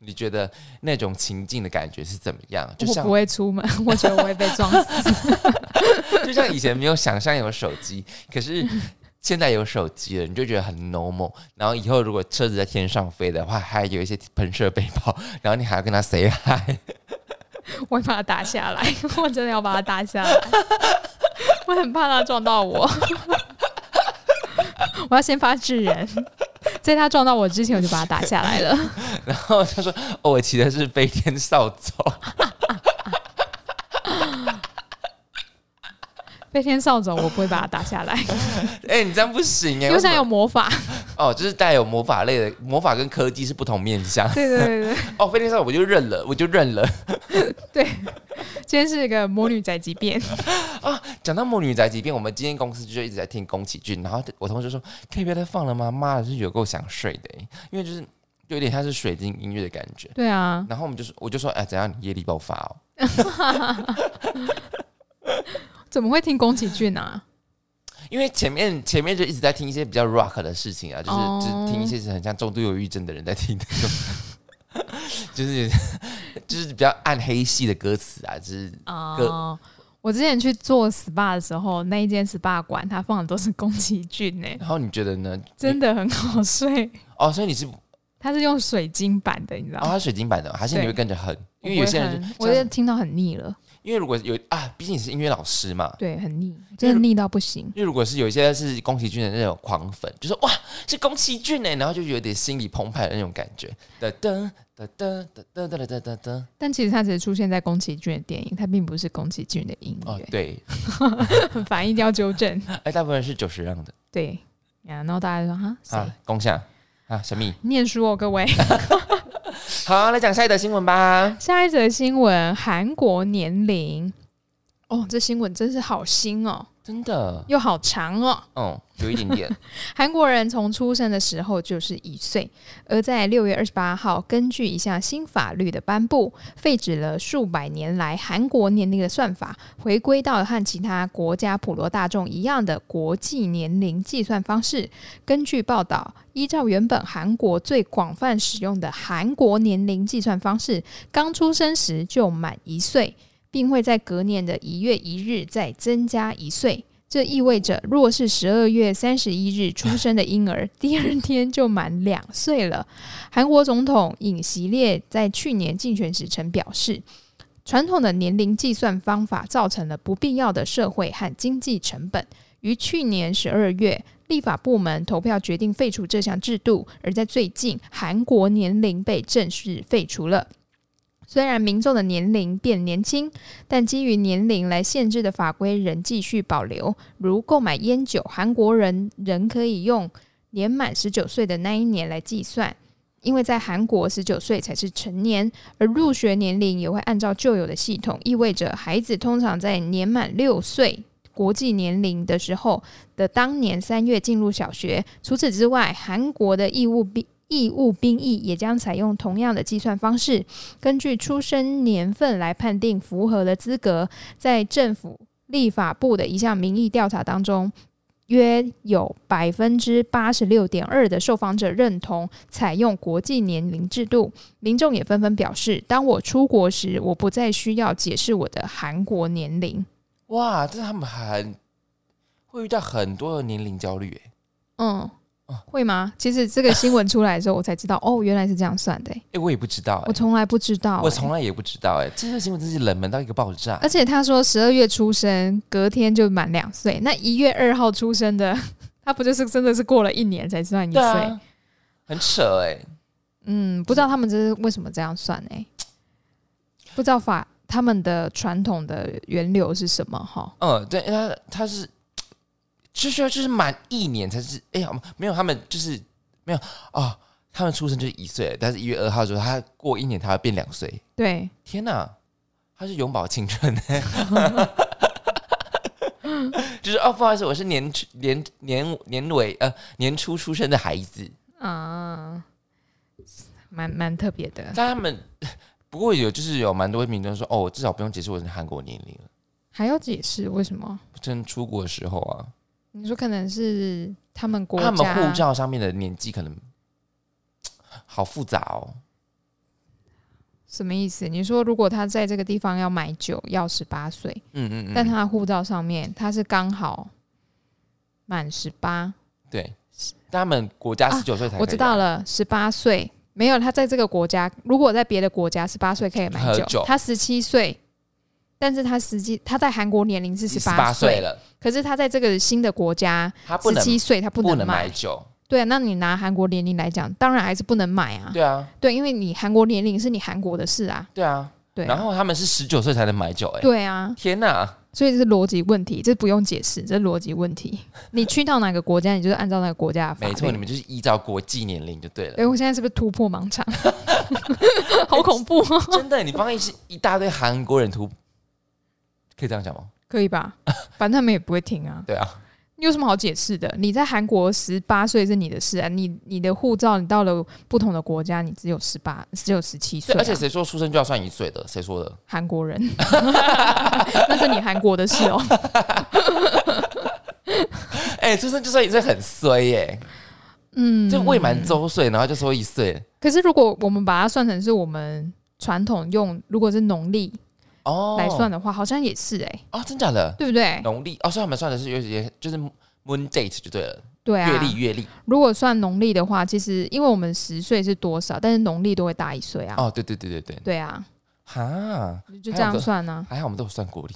B: 你觉得那种情境的感觉是怎么样？就
A: 我
B: 像
A: 不会出门，我觉得我会被撞死。
B: 就像以前没有想象有手机，可是
A: 嗯
B: 现在有手机了，你就觉得很 normal。然后以后如果车子在天上飞的话，还有一些喷射背包， 然后你还要跟他 say hi，
A: 我会把它打下来，我真的要把它打下来，我很怕它撞到我， 我要先发制人，在它撞到我之前我就把它打下来了。
B: 然后他说：“哦，我骑的是飞天扫帚。
A: 飞天扫帚我不会把它打下 来，”
B: 哎，你这样不行哎、
A: 因为
B: 为
A: 现
B: 什
A: 在有
B: 么？
A: 魔 法。
B: 哦，就是带有魔法类的魔法跟科技是不同面向。
A: 对对对对，
B: 哦，飞天扫帚我就认了，我就认了。
A: 今天是一个魔女宅急 便，
B: 讲到魔女宅急便，我们今天公司就一直在听宫崎骏，然后我同事说可以不要再放了吗？妈的，是有够想睡的欸、因为就是就有点像是水晶音乐的感觉。
A: 对啊，
B: 然后我们就说，我就说，哎，怎样？你业力爆发哦？
A: 怎么会听宫崎骏啊？
B: 因为前面前面就一直在听一些比较 rock 的事情啊，就是、
A: 哦
B: 就是听一些是很像重度忧郁症的人在听的那种， 就是就是比较暗黑系的歌词啊，就是
A: 啊、
B: 歌
A: 我之前去做 SPA 的时候，那一间 SPA 馆它放的都是宫崎骏 呢、
B: 然后你觉得呢？
A: 真的很好睡。
B: 哦，所以你是哦，
A: 它是用水晶版的，你知道吗？
B: 它水晶版的，还是你
A: 对
B: 会跟着哼？哦因为
A: 我
B: 有
A: 不会
B: 些人
A: 哼
B: 就
A: 我
B: 像
A: 就听到很腻了，
B: 因为如果有啊，毕竟你是音乐老师嘛，
A: 对，很腻，真的腻到不行。
B: 因为如果是有一些是宫崎骏的那种狂粉，就说哇是宫崎骏哎，然后就有点心里澎湃的那种感觉，噔噔噔噔噔噔噔噔噔噔，
A: 但其实它只是出现在宫崎骏的电影，它并不是宫崎骏的音
B: 哦
A: 乐，
B: 对，
A: 很烦，一定要纠 正。
B: 哎大部分是九十让的
A: 对，呀，然后大家就说哈，谁
B: 啊，恭喜啊啊神 秘。
A: 念书哦，各位。
B: 好，来讲下一则新闻吧。
A: 下一则新闻，韩国年龄。哦，这新闻真是好新哦，
B: 真的，
A: 又好长哦。
B: 嗯，有一点点，
A: 韩国人从出生的时候就是一岁，而在六月二十八号，根据一项新法律的颁布，废止了数百年来韩国年龄的算法，回归到和其他国家普罗大众一样的国际年龄计算方式。根据报道，依照原本韩国最广泛使用的韩国年龄计算方式，刚出生时就满一岁，并会在隔年的一月一日再增加一岁。这意味着，若是十二月三十一日出生的婴儿，第二天就满两岁了。韩国总统尹锡烈在去年竞选时曾表示，传统的年龄计算方法造成了不必要的社会和经济成本。于去年十二月，立法部门投票决定废除这项制度，而在最近，韩国年龄被正式废除了。虽然民众的年龄变年轻，但基于年龄来限制的法规仍继续保留。如购买烟酒，韩国人仍可以用年满十九岁的那一年来计算，因为在韩国十九岁才是成年，而入学年龄也会按照旧有的系统，意味着孩子通常在年满六岁。国际年龄的时候的当年三月进入小学。除此之外，韩国的义务兵义务兵役也将采用同样的计算方式，根据出生年份来判定符合的资格。在政府立法部的一项民意调查当中，约有百分之八十六点二的受访者认同采用国际年龄制度。民众也纷纷表示，当我出国时，我不再需要解释我的韩国年龄。
B: 哇，这他们很会遇到很多的年龄焦虑哎。
A: 嗯
B: 啊，
A: 会吗？其实这个新闻出来的时候，我才知道， 哦，原来是这样算的欸、
B: 哎，我也不知道
A: 我
B: 哎，
A: 从来不知道欸、
B: 我从来也不知道哎，这个新闻真是冷门到一个爆炸
A: 而。且他说十二月出生，隔天就满两岁。那一月二号出生的， 他不就是真的是过了一年才算一岁？
B: 对啊，很扯哎。
A: 嗯，不知道他们这是为什么这样算呢、不知道法他们的传统的源流是什么哈？
B: 嗯，对，因为他他是就需要就是满一年才是，哎呀，没有他们就是没有啊、他们出生就是一岁，但是一月二号之后，他过一年他要变两岁，
A: 对，
B: 天哪，他是永葆青 春、欸， 就是哦，不好意思，我是年初年年年尾呃年初出生的孩子，
A: 啊、蛮蛮特别的。
B: 但他们不过有就是有蛮多民众说，哦，我至少不用解释我是韩国年龄了，
A: 还要解释为什么？
B: 真出国的时候啊，
A: 你说可能是他们国家
B: 他们护照上面的年纪可能好复杂哦。
A: 什么意思？你说如果他在这个地方要买酒，要十八岁，
B: 嗯嗯嗯，
A: 但他的护照上面他是刚好满十八，
B: 对，但他们国家
A: 啊
B: 十九岁才、
A: 我知道
B: 了，
A: 了，十八岁没有他在这个国家，如果在别的国家十八岁可以买
B: 喝
A: 酒，
B: 酒
A: 他十七岁，但是他实际他在韩国年龄是十
B: 八
A: 岁，
B: 了，
A: 可是他在这个新的国家
B: 他不
A: 十
B: 能
A: 七岁他不
B: 不
A: 能
B: 能买
A: 买，
B: 酒，
A: 对啊，那你拿韩国年龄来讲，当然还是不能买啊，
B: 对啊
A: 对，因为你韩国年龄是你韩国的事啊，
B: 对啊，
A: 对啊
B: 然后他们是十九岁才能买酒、哎，
A: 对啊，
B: 天哪，
A: 所以这是逻辑问题，这不用解释，这是逻辑问 题。你去到哪个国家，你就是按照那个国家的法律。
B: 没错，你们就是依照国际年龄就对了。
A: 哎、我现在是不是突破盲肠？ 好恐怖、哦，
B: 真的，你帮一一大堆韩国人涂，可以这样讲吗？
A: 可以 吧？反正他们也不会听啊。
B: 对啊，
A: 你有什么好解释的？你在韩国十八岁是你的事啊，你你的护照，你到了不同的国家，你只有十八，只有十七岁
B: 对，
A: 啊、
B: 而且谁说出生就要算一岁的？谁说的？
A: 韩国人， 那是你韩国的 事哦。
B: 哎、出生就算一岁很衰耶、
A: 嗯，
B: 就未满周岁，然后就说一岁
A: 可是如果我们把它算成是我们传统用，如果是农历
B: 哦，
A: 来算的话，好像也是哎、
B: 哦，真假的？
A: 对不对？啊
B: 农历哦，所以他们算的是有些就是 moon date 就对了，
A: 对啊，
B: 月历月历
A: 如果算农历的话，其实因为我们十岁是多少，但是农历都会大一岁啊。
B: 哦，对对对对对，
A: 对啊，
B: 哈，
A: 就这样算啊，
B: 还好我们都有算国历，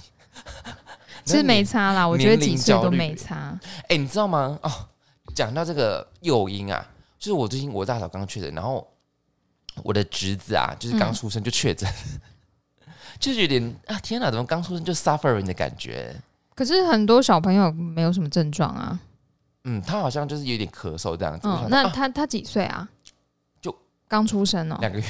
A: 其实没差啦，我觉得几岁都
B: 年
A: 没
B: 龄
A: 差。
B: 哎、你知道吗？哦，讲到这个诱因啊，就是我最近我大嫂刚确诊，然后我的侄子啊，就是刚
A: 嗯
B: 出生就确诊， 就是有点啊，天哪，怎么刚出生就 suffering 的感觉？
A: 可是很多小朋友没有什么症状啊。
B: 嗯，他好像就是有点咳嗽这样子。我
A: 嗯
B: 想，
A: 那
B: 啊
A: 他他几岁啊？
B: 就
A: 刚出生哦。
B: 两个月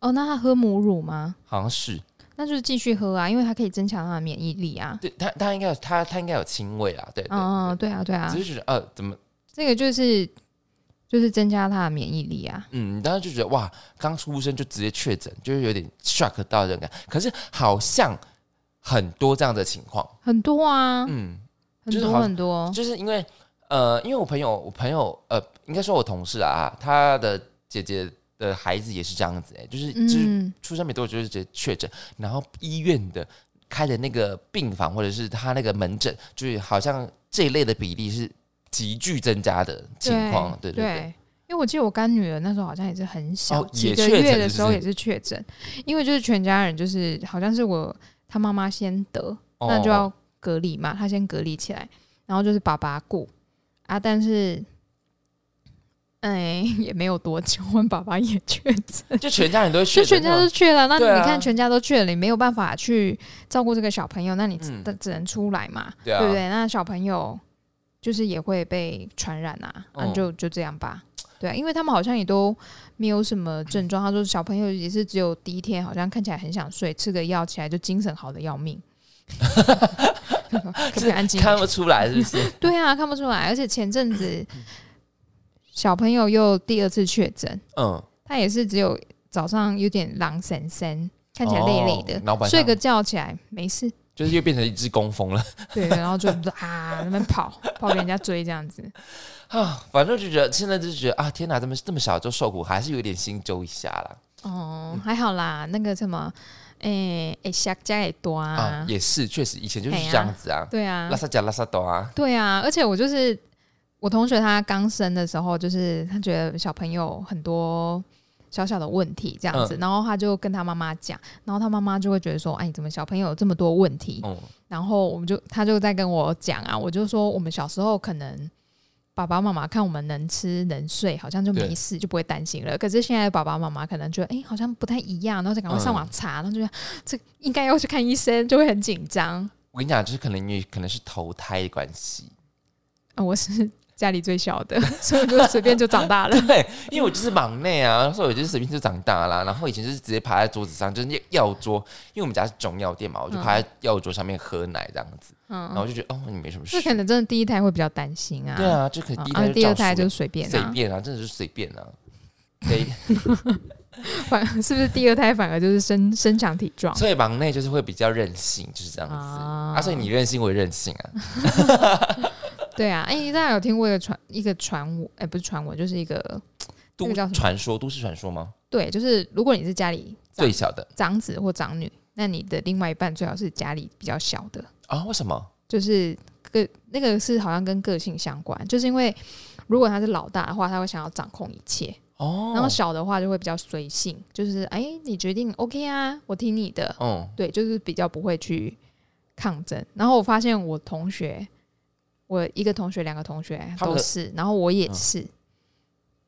A: 哦，那他喝母乳吗？
B: 好像是，
A: 那就是继续喝啊，因为它可以增强他的免疫力啊。
B: 对他他应该有他他应该有轻微啊，对对
A: 嗯嗯，
B: 对
A: 对啊对啊
B: 只，是觉得呃怎么
A: 这个就是就是增加他的免疫力啊。
B: 嗯，当时就觉得哇，刚出生就直接确诊，就是有点 shock 到这种感觉。可是好像很多这样的情况，
A: 很多啊，
B: 嗯，
A: 很
B: 就是
A: 多
B: 好
A: 很多。
B: 就是因为呃，因为我朋友，我朋友呃，应该说我同事啊，他的姐姐的孩子也是这样子、欸，就是就是
A: 嗯，
B: 出生没多久就直接确诊，然后医院的开的那个病房或者是他那个门诊，就是好像这一类的比例是急剧增加的情况，对
A: 对
B: 对对，
A: 因为我记得我干女儿那时候好像也是很小，
B: 哦
A: 几
B: 也
A: 个
B: 确诊
A: 月的
B: 是不
A: 时候
B: 是
A: 也是确诊，因为就是全家人就是好像是我她妈妈先得，
B: 哦
A: 那就要隔离嘛，她先隔离起来，然后就是爸爸顾啊，但是哎、也没有多久，我爸爸也确诊，
B: 就全家人都会
A: 就
B: 确诊
A: 全家都去了，那
B: 对啊
A: 你看全家都去了，你没有办法去照顾这个小朋友，那你只
B: 嗯
A: 只能出来嘛，
B: 对啊
A: 不对？那小朋友就是也会被传染啊，那、
B: 嗯
A: 就就这样吧。对啊、因为他们好像也都没有什么症状。他说小朋友也是只有第一天，好像看起来很想睡，吃个药起来就精神好的要 命。可不可以安静一点？
B: 看不出来，是不是？
A: 对啊，看不出来。而且前阵子小朋友又第二次确诊，
B: 嗯，
A: 他也是只有早上有点狼神神，看起来累累的，
B: 哦然后晚上
A: 睡个觉起来没事。
B: 就是又变成一只工蜂了
A: 对，然后就啊那边跑跑给人家追这样子。
B: 啊！反正就觉得现在就觉得啊，天哪，怎么这么小就受苦，还是有点心揪一下啦。
A: 哦，还好啦，那个什么，诶、诶，下家也多
B: 啊，
A: 啊，
B: 也是，确实以前就是
A: 哎呀
B: 这样子啊，
A: 对啊
B: 拉，萨加拉萨多啊，
A: 对啊，而且我就是我同学他刚生的时候，就是他觉得小朋友很多。小小的问题这样子，然后他就跟他妈妈讲，然后他妈妈就会觉得说：“哎，怎么小朋友有这么多问题？”
B: 嗯，
A: 然后我们就他就在跟我讲啊，我就说我们小时候可能爸爸妈妈看我们能吃能睡，好像就没
B: 对
A: 事，就不会担心了。可是现在的爸爸妈妈可能觉得哎、诶好像不太一样，然后就赶快上网查，然后就觉得这应该要去看医生，就会很紧张。
B: 我跟你讲，就是可能因为可能是投胎的关系，
A: 啊我是家里最小的，所以我就随便就长 大了。
B: 对，因为我就是忙内啊，所以我就是随便就长大啦。然后以前就是直接趴在桌子上，就是药桌，因为我们家是中药店嘛，我就趴在药桌上面喝奶这样子，然
A: 嗯，
B: 后就觉得哦，你没什么事
A: 这，可能真的第一胎会比较担心啊。
B: 对啊，就可以
A: 嗯，
B: 第
A: 啊第
B: 一胎
A: 二
B: 照
A: 胎
B: 书
A: 就随便
B: 随
A: 啊，
B: 便啊，真的是随便啊，对，
A: 反是不是第二胎反而就是身身强体壮？
B: 所以忙内就是会比较任性，就是这样子
A: 啊
B: 啊，所以你任性我也任性啊，
A: 对啊，哎、你大家有听过一个传一个传闻，哎、不是传闻，就是一个那
B: 都
A: 个叫什么
B: 传说都市传说吗？
A: 对，就是如果你是家里
B: 最小的
A: 长子或长女，那你的另外一半最好是家里比较小的，
B: 啊？为什么？
A: 就是个那个是好像跟个性相关，就是因为如果他是老大的话，他会想要掌控一切，然后
B: 哦，
A: 小的话就会比较随性，就是哎、你决定 OK 啊，我听你的，
B: 嗯，
A: 对，就是比较不会去抗争。然后我发现我同学，我一个同学、两个同学
B: 他
A: 都
B: 们的嗯
A: 是，然后我也是，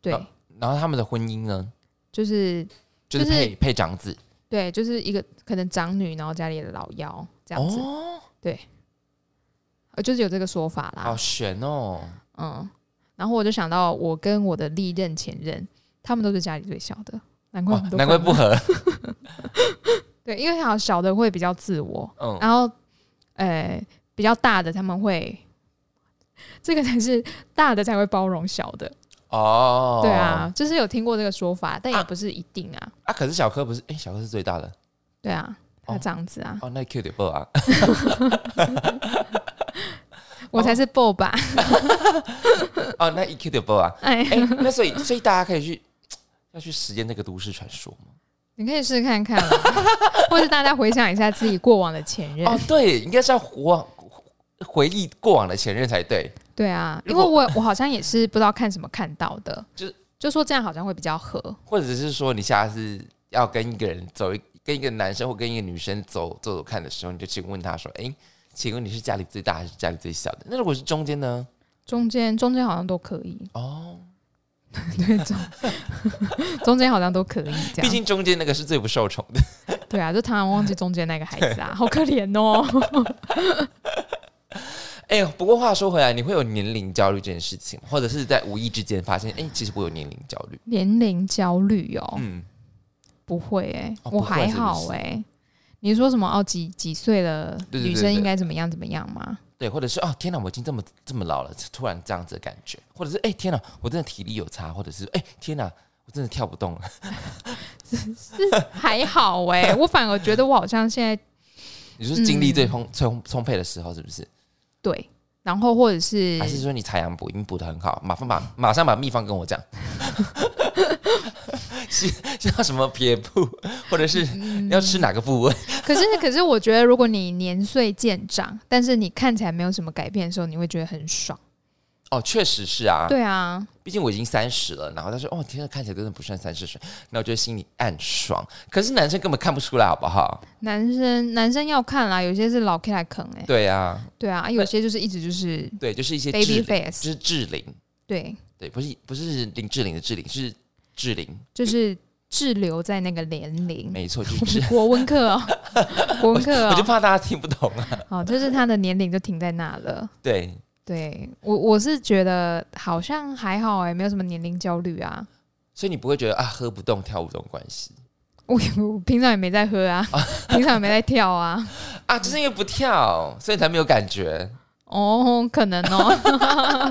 A: 对
B: 啊，然后他们的婚姻呢，
A: 就是
B: 就是
A: 就是
B: 配配长子
A: 对，就是一个可能长女，然后家里的老幺这样子，
B: 哦。
A: 呃，就是有这个说法
B: 好
A: 啦。
B: 悬哦！
A: 嗯，然后我就想到我跟我的历任前任，他们都是家里最小的，难怪
B: 哇
A: 我们都
B: 哦难怪
A: 分
B: 不
A: 了
B: 合。
A: 对，因为好像小的会比较自我，
B: 嗯，
A: 然后呃比较大的他们会，这个才是大的才会包容小的，
B: 哦，
A: 对啊，就是有听过这个说法，但也
B: 啊
A: 不是一定啊，
B: 啊，可是小柯不是？哎，小柯是最大的
A: 对啊，他
B: 哦
A: 这样子啊，
B: 哦，那 Q 点不啊？
A: 我才是 b 吧，
B: 哦，那一 Q 点不啊？
A: 哎，
B: 哎，那 所以所以大家可以去要去实验这个都市传说吗？
A: 你可以试试看看啊， 或是大家回想一下自己过往的前任。
B: 哦，对，应该是要回回忆过往的前任才对。
A: 对啊，因
B: 如
A: 为
B: 果
A: 我我好像也是不知道看什么看到的，就
B: 就
A: 就说这样好像会比较合。
B: 或者是说你下次要跟一个人走一，跟一个男生或跟一个女生走走走看的时候，你就去问他说：“哎、请问你是家里最大还是家里最小的？”那如果是中间呢？
A: 中间中间好像都可以，
B: 哦，
A: 对中 中间好像都可以这
B: 毕
A: 样。
B: 竟中间那个是最不受宠的。
A: 对啊，就常常忘记中间那个孩子 啊，好可怜哦。
B: 哎、呦，不过话说回来，你会有年龄焦虑这件事情吗，或者是在无意之间发现，哎、其实我有年龄焦虑。
A: 年龄焦虑哦，
B: 嗯，
A: 不会哎、
B: 哦
A: 我
B: 不会
A: 还
B: 是不
A: 好
B: 是
A: 哎、你说什么哦？几几岁了，
B: 对对
A: 女
B: 对
A: 生应
B: 对
A: 该怎么样怎么样吗？
B: 对，或者是哦，天哪，我已经这么这么老了，突然这样子的感觉，或者是哎、天哪，我真的体力有差，或者是哎、天哪，我真的跳不动了。
A: 还好哎、我反而觉得我好像现在
B: 你说精力最嗯充充充沛的时候，是不是？
A: 对，然后或者是
B: 还是说你采阳补阴补的很好？马上把马上把秘方跟我讲。是像什么撇部，或者是
A: 嗯
B: 要吃哪个部位？
A: 可是，可是我觉得，如果你年岁渐长，但是你看起来没有什么改变的时候，你会觉得很爽。
B: 哦，确实是啊。
A: 对啊，
B: 毕竟我已经三十了，然后他说：“哦，天呐，看起来真的不像三十岁。”那我就心里暗爽。可是男生根本看不出来，好不好？
A: 男生男生要看啦，有些是老 K 来啃哎、
B: 对啊，
A: 对啊，啊有些就是一直就是
B: 对，就是一些志
A: baby
B: 玲，就
A: face，
B: 是志玲，
A: 对，
B: 对，不是不是林志玲的志玲，是志玲，
A: 就是滞留在那个年龄。
B: 没错，就是 志。
A: 国文课 哦，国文课
B: 我就
A: 哦，
B: 怕大家听不懂啊。
A: 好，就是他的年龄就停在那了。
B: 对，
A: 对我，我是觉得好像还好哎、没有什么年龄焦虑啊。
B: 所以你不会觉得啊，喝不动跳不动关系
A: 我我平常也没在喝啊，
B: 哦
A: 平常也没在跳啊。
B: 啊，就是因为不跳，所以才没有感觉。
A: 哦，可能哦，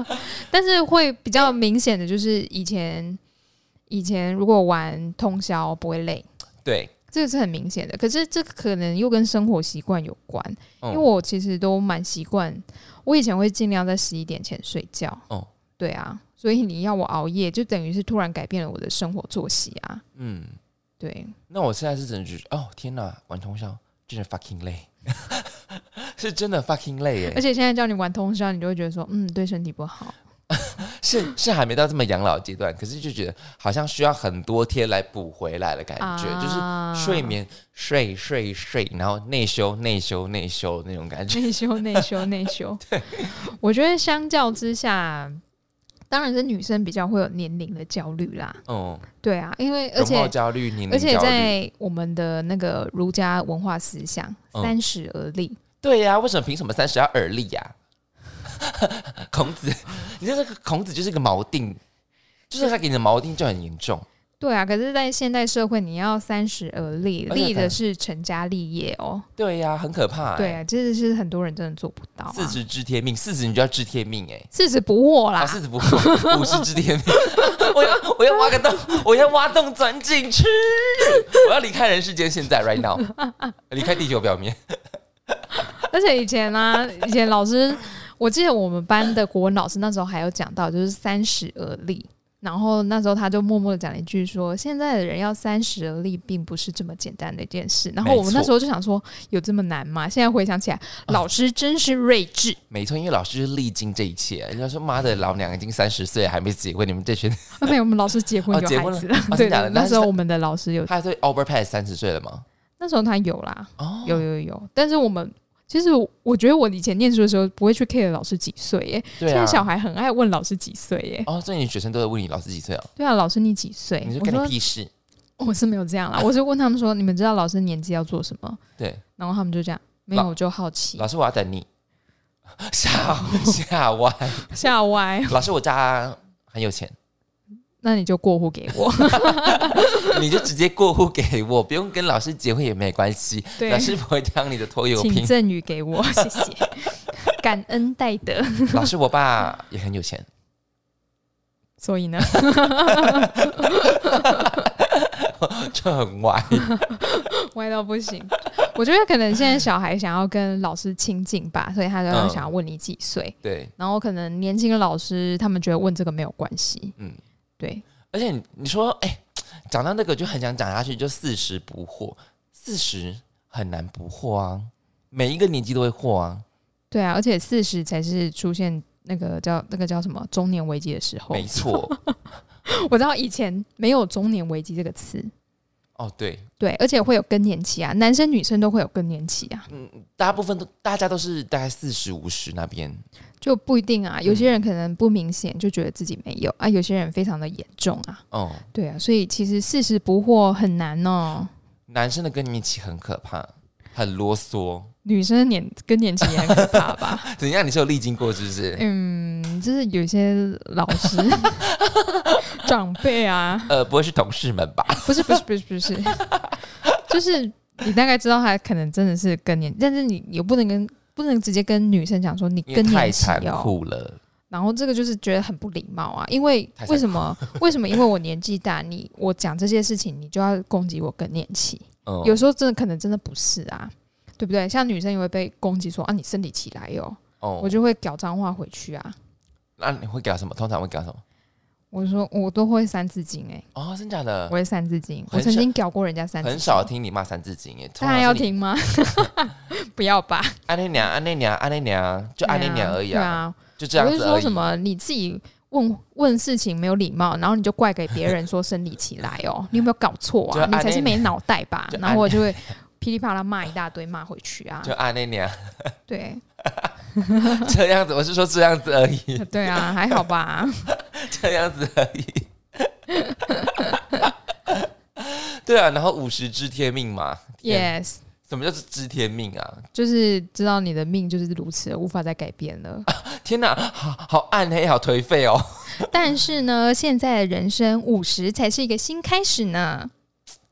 A: 但是会比较明显的就是以前以前如果玩通宵不会累，
B: 对，
A: 这个是很明显的。可是这个可能又跟生活习惯有关，因
B: 嗯
A: 为我其实都蛮习惯，我以前会尽量在十一点前睡觉。
B: 哦
A: 对啊，所以你要我熬夜，就等于是突然改变了我的生活作息啊。
B: 嗯，
A: 对，
B: 那我现在是真的觉得，哦，天哪，玩通宵真的 fucking 累， 是真的 fucking 累
A: 而
B: 耶，
A: 且现在叫你玩通宵，你就会觉得说，嗯，对身体不好。
B: 是是还没到这么养老阶段，可是就觉得好像需要很多天来补回来的感哎
A: 啊
B: 觉，就是睡眠睡睡睡，然后内修内修内修那种感觉。
A: 内修，内修，内 修。对，我觉得相较之下，当然是女生比较会有年龄的焦虑啦。
B: 嗯，
A: 对啊，因为而
B: 容貌
A: 且
B: 焦虑、年
A: 而
B: 龄
A: 且
B: 焦虑，
A: 在我们的那个儒家文化思想，
B: 嗯
A: 三十而立，
B: 对呀、为什么凭什么三十要耳立呀、 孔子，你这个孔子就是个锚定，就是他给你的锚定就很严重。
A: 对啊。可是，在现代社会，你要三十而立，
B: 而且
A: 立
B: 可
A: 的是成家立业哦。
B: 对呀、很可怕、欸。
A: 对啊，这是很多人真的做不到、啊。
B: 四十知天命，四十你就要知天命哎、欸。
A: 四十不惑啦
B: 啊，，四十不惑，五十知天命。 我要我要挖个洞，我要挖洞钻进去。 我要离开人世间，现在 right now，离 开地球表面。
A: 而且以前啊，以前老师，我记得我们班的国文老师那时候还有讲到，就是三十而立。然后那时候他就默默的讲了一句说：“现在的人要三十而立，并不是这么简单的一件事。”然后我们那时候就想说：“有这么难吗？”现在回想起来，
B: 哦
A: 老师真是睿智。
B: 没错，因为老师就是历经这一切。人家说妈的，老娘已经三十岁还没结婚，你们这群
A: 啊，没有，我们老师结婚
B: 哦
A: 有
B: 结
A: 孩
B: 婚
A: 子
B: 了哦
A: 对
B: 真的假的
A: 对，那时候
B: 那是
A: 我们的老师有，
B: 他对 overpass 三十岁了吗？
A: 那时候他有啦，
B: 哦，
A: 有有有。但是我们其实我我觉得我以前念书的时候不会去 care 老师几岁耶，
B: 对
A: 现
B: 啊
A: 在，小孩很爱问老师几岁耶。
B: 哦，所以你学生都会问你老师几岁哦？
A: 对啊，老师你几岁？
B: 你说
A: 我
B: 干
A: 说
B: 你屁事？
A: 我是没有这样 啦，我是问他们说，你们知道老师年纪要做什么？
B: 对，
A: 然后他们就这样，没有，
B: 老
A: 我就好奇
B: 老师我要等你，吓吓歪。
A: 吓歪，
B: 老师我家很有钱，
A: 那你就过户给 我。
B: 你就直接过户给我，不用跟老师结婚也没关系，
A: 对
B: 老师不会当你的拖油
A: 请
B: 瓶。
A: 赠予给 我，谢谢，感恩戴德。
B: 老师我爸也很有钱，
A: 所以呢，
B: 这很歪。
A: 歪到不行。我觉得可能现在小孩想要跟老师亲近吧，所以他就要
B: 嗯
A: 想要问你几岁。
B: 对，
A: 然后可能年轻的老师他们觉得问这个没有关系，
B: 嗯，
A: 对，
B: 而且你你说，哎、讲到那个就很想讲下去，就四十不惑，四十很难不惑啊，每一个年纪都会惑啊，
A: 对啊，而且四十才是出现那个叫那个叫什么中年危机的时候。
B: 没错。
A: 我知道以前没有中年危机这个词，
B: 哦，对，
A: 对，而且会有更年期啊，男生女生都会有更年期
B: 嗯
A: 啊，
B: 大部分都大家都是大概四十五十那边，
A: 就不一定
B: 嗯
A: 啊。有些人可能不明显就觉得自己没有啊，有些人非常的严重啊，
B: 哦、
A: 对啊，所以其实四十不惑很难 哦。
B: 男生的更年期很可怕，很啰嗦。
A: 女生的年更年期也很可怕吧？
B: 怎样？你是有历经过是不是？
A: 嗯，就是有些老师 长辈啊，
B: 呃，不会是同事们吧？
A: 不是不是不是不是， 就是你大概知道他可能真的是更年，但是你也不能跟不能直接跟女生讲说你
B: 因为
A: 更
B: 太
A: 年期
B: 残
A: 哦，
B: 酷了。
A: 然后这个就是觉得很不礼貌啊，因为
B: 太残酷
A: 为什么？为什么？因为我年纪大，你我讲这些事情，你就要攻击我更年期？
B: 嗯，
A: 有时候真的可能真的不是啊，对不对？像女生也会被攻击说啊，你生理期来哟、
B: 哦
A: 我就会屌脏话回去啊。
B: 那你会给他什么？通常会给他什么？
A: 我说我都会三字经哎、
B: 哦，真假的
A: 我？会三字经，我
B: 很
A: 曾
B: 少
A: 经屌过人家三字经，
B: 很少听你骂三字经耶，
A: 当然要听吗？ 不要吧，
B: 安内娘，安内娘，安内娘，就安内娘而已
A: 对
B: 啊，
A: 啊，
B: 就这
A: 我
B: 样
A: 是
B: 子而
A: 说
B: 已。
A: 什么你自己问问事情没有礼貌，然后你就怪给别人说生理期来 哦，你有没有搞错
B: 就
A: 啊？
B: 按
A: 你才
B: 那
A: 是没脑袋吧
B: 就？按
A: 然后我就会噼里啪啦骂一大堆，骂回去啊
B: 就。安内娘
A: 对
B: 这样子，我是说这样子而已，
A: 对啊，还好吧？
B: 这样子而已。 对啊，然后五十知天命嘛， 天
A: Yes，
B: 什么叫做知天命啊？
A: 就是知道你的命就是如此，无法再改变 了。
B: 天哪，好好暗黑，好颓废哦。
A: 但是呢，现在的人生五十才是一个新开始呢。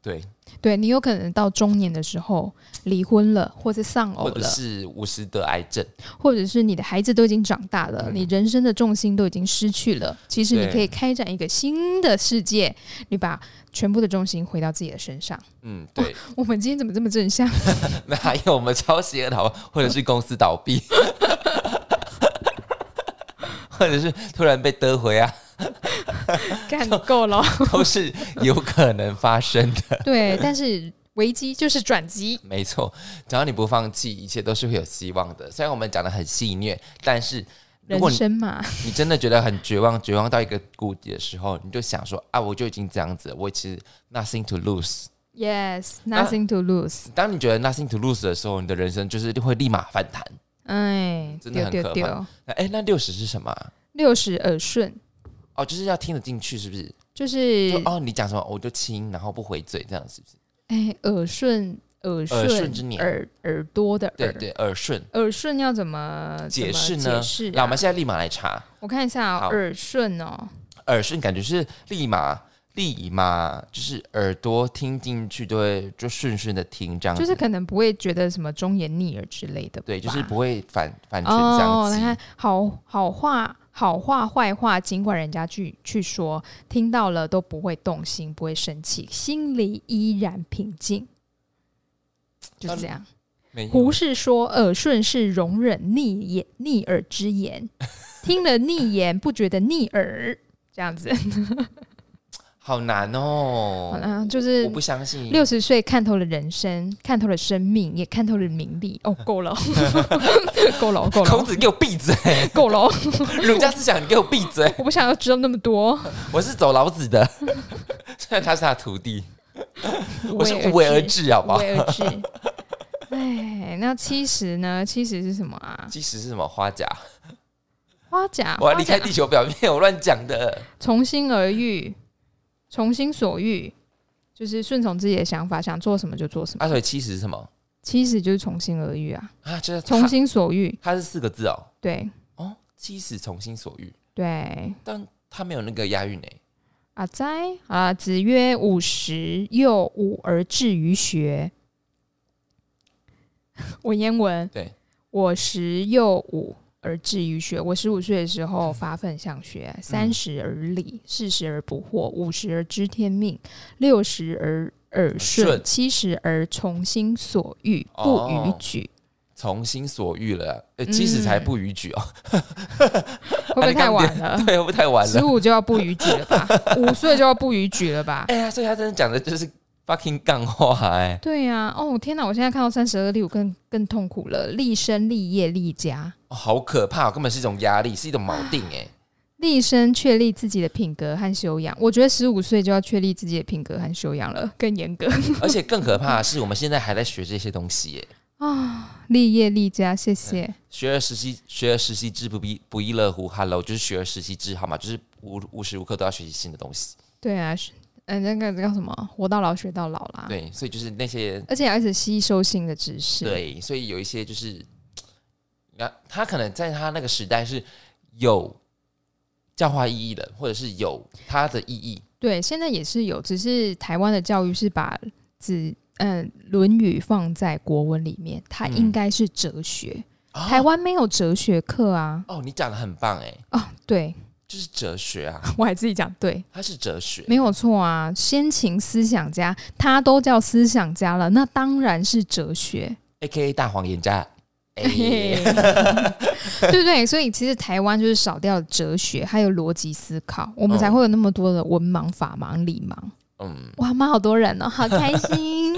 B: 对，
A: 对你有可能到中年的时候离婚了，或是丧偶
B: 或者
A: 了，
B: 是五十得癌症，
A: 或者是你的孩子都已经长大了，
B: 嗯
A: 你人生的重心都已经失去了。其实你
B: 对
A: 可以开展一个新的世界，你把全部的重心回到自己的身上。
B: 嗯，对，
A: 我们今天怎么这么正向？
B: 那还有我们抄袭的倒，或者是公司倒闭， 或者是突然被得回啊，
A: 干够 了，
B: 都是有可能发生的。
A: 对，但是危机就是转机。
B: 没错，只要你不放弃，一切都是会有希望的。虽然我们讲的很戏谑，但是如
A: 人
B: 果你
A: 生嘛，
B: 你真的觉得很绝望，绝望到一个谷底的时候，你就想说啊，我就已经这样子了，我其实 nothing to lose。
A: Yes,
B: 啊
A: nothing to lose。
B: 当你觉得 nothing to lose 的时候，你的人生就是会立马反弹。
A: 哎，
B: 真的很
A: 丢
B: 可怕
A: 丢丢，
B: 那哎，那六十是什么啊、
A: 六十耳顺
B: 哦，就是要听得进去，是不是？
A: 就是
B: 就哦，你讲什么我就亲，然后不回嘴，这样是不是？
A: 哎耳顺耳顺
B: 顺之年
A: 耳耳朵的
B: 对
A: 耳。
B: 对，耳顺。
A: 耳顺要怎么
B: 解释
A: 怎么
B: 呢
A: 解释、
B: 那我
A: 啊
B: 们？现在立马来查，
A: 我看一下、啊
B: 好
A: 耳顺哦，
B: 耳顺感觉是立马立马，就是耳朵听进去就会就顺顺的听这样子，
A: 就是可能不会觉得什么忠言逆耳之类的吧。
B: 嗯对，就是不会反反唇
A: 哦，你
B: 相
A: 看
B: 讥。
A: 好好话。好话坏话，尽管人家去去说，听到了都不会动心，不会生气，心里依然平静，就是这样。
B: 嗯没
A: 胡
B: 有，
A: 适说：“耳顺是容忍逆言逆耳之言，听了逆言不觉得逆耳，这样子。
B: 好难哦。
A: 好啦，就
B: 我
A: 是
B: 不相信。
A: 六十岁看透了人生，看透了生命，也看透了名利。 哦，够了，够了，够
B: 孔
A: 了，
B: 子给我闭 嘴！
A: 够了！
B: 儒家思想，你给我闭嘴！
A: 我不想要知道那么多。
B: 我是走 老子的，虽然他是他的徒弟，
A: 无
B: 我是无为而，治，好不
A: 无
B: 好？
A: 为而治。 哎，那七十呢？七十是什么啊？
B: 基石是什么花甲？
A: 花甲，
B: 我
A: 花
B: 要离开
A: 甲，
B: 地球表面，我乱讲的。
A: 从心而欲，从心所欲，就是顺从自己的想法，想做什么就做什么。
B: 阿水啊七十是什么
A: 七十就是从心而欲啊，
B: 啊？就是他
A: 从心所欲。
B: 它是四个字哦。
A: 对
B: 哦，七十从心所欲，
A: 对，
B: 但它没有那个押韵欸诶。
A: 阿哉啊，子曰：“五十又五而志于学。”文言文
B: 对，
A: 我十又五而志于学。我十五岁的时候发奋向学，
B: 嗯
A: 三十而立，四十而不惑，五十而知天命，六十而耳顺
B: 嗯顺，
A: 七十而从心所欲，不逾
B: 哦
A: 矩。
B: 从心所欲了，
A: 嗯
B: 呃，七十才不逾矩哦。
A: 会
B: 啊
A: 不会太晚了？
B: 对，会不会太晚
A: 十
B: 了。
A: 五就要不逾矩了吧？五岁就要不逾矩了吧？
B: 哎呀，所以他真的讲的就是 fucking 干话哎。
A: 对呀、哦天哪！我现在看到三十而立，我更更痛苦了。立身、立业、立家，
B: 哦好可怕哦，根本是一种压力，是一种锚定 哎。
A: 立身确立自己的品格和修养。我觉得十五岁就要确立自己的品格和修养了，更严格
B: 而且更可怕的是，我们现在还在学这些东西哎。
A: 啊！立业立家，谢谢。
B: 学而时习，学而时习之，不必不亦乐乎？Hello，就是学而时习之，好吗？就是无无时无刻都要学习新的东西。
A: 对啊，是嗯、那个叫什么？活到老，学到老啦。，
B: 对，所以就是那些
A: 而且要一直吸收新的知识。，
B: 对，所以有一些就是，那他可能在他那个时代是有教化意义的，或者是有它的意义。
A: 对，现在也是有，只是台湾的教育是把只嗯《论语》放在国文里面，它
B: 嗯
A: 应该是哲学。
B: 啊
A: 台湾没有哲学课啊。
B: 哦，你讲的很棒哎，
A: 啊，对
B: 就是哲学 啊，
A: 我还自己讲对，
B: 它是哲学。
A: 没有错啊。先秦思想家，他都叫思想家了，那当然是哲学。
B: A K A 大黄眼家，哎，
A: 对不对？所以其实台湾就是少掉哲学，还有逻辑思考，我们
B: 嗯
A: 才会有那么多的文盲、法盲、理盲。
B: 嗯，
A: 哇，妈，好多人哦，好开心。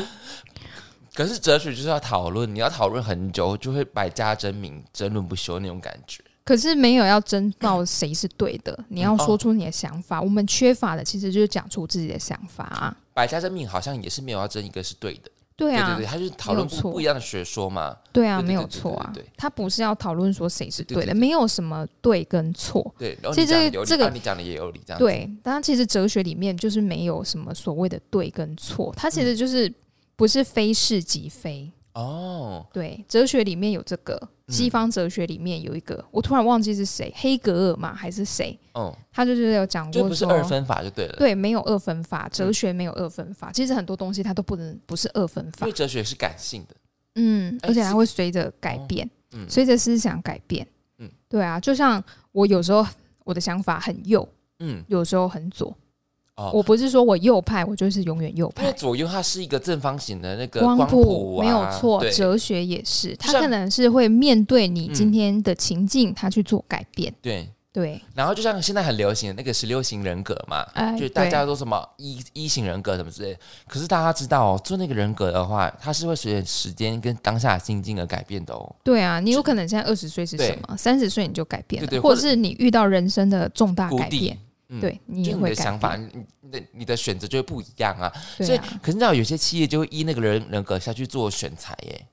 B: 可是哲学就是要讨论，你要讨论很久，就会百家争鸣、争论不休那种感觉。
A: 可是没有要争到谁是对的，你要说出你的想法。我们缺乏的其实就是讲出自己的想法啊。
B: 百家争鸣好像也是没有要争一个是对的，
A: 对
B: 对
A: 啊，
B: 对对，他就是讨论
A: 没有
B: 不
A: 错
B: 不一样的学说嘛，
A: 对啊，
B: 对对对
A: 没有错啊
B: 对对对对。
A: 他不是要讨论说谁是对
B: 对对
A: 的，
B: 对
A: 没有什么对跟错。
B: 对，然后
A: 其
B: 你
A: 实
B: 讲
A: 这个这
B: 的有理，
A: 个
B: 啊你讲的也有理，这样子
A: 对，当然其实哲学里面就是没有什么所谓的对跟错，它其实
B: 嗯
A: 就是不是非是即非。
B: 哦，
A: 对，哲学里面有这个，
B: 嗯
A: 西方哲学里面有一个，我突然忘记是谁，黑格尔嘛还是谁，
B: 嗯，
A: 他就是有讲
B: 就
A: 过
B: 不是
A: 说，
B: 二分法就嗯对了，
A: 对，没有二分法，哲学没有二分法。其实很多东西它都不能不是二分
B: 因
A: 法
B: 为，哲学是感性的，
A: 嗯，
B: 哎
A: 而且它
B: 是
A: 会随着改变，
B: 嗯，
A: 随着思想改变，
B: 嗯
A: 对啊，就像我有时候我的想法很右，
B: 嗯，
A: 有时候很左，
B: 哦
A: 我不是说我右派，我就是永远右
B: 因为
A: 派。
B: 左右它是一个正方形的那个
A: 光
B: 谱啊，
A: 没有错，
B: 对
A: 哲学也是，它
B: 像
A: 可能是会面对你
B: 嗯
A: 今天的情境，它去做改变。
B: 对。
A: 对，
B: 然后就像现在很流行的那个十六型人格嘛，
A: 哎
B: 嗯就大家都什么一一型人格什么之类的。可是大家知道哦，做那个人格的话，它是会随着时间跟当下的心境而改变的哦。
A: 对啊，你有可能现在二十岁是什么，三十岁你就改变了，
B: 对对
A: 或
B: 或
A: 者
B: 者
A: 是你遇到人生的重大
B: 谷
A: 啊改变
B: 底，，嗯
A: 对你
B: 就
A: 也
B: 是你
A: 会
B: 的
A: 改
B: 想
A: 变。
B: 法，你你的你的选择就会不一样啊。所
A: 对
B: 以
A: 啊，，
B: 可是你知道有些企业就会依那个人人格下去做选材耶，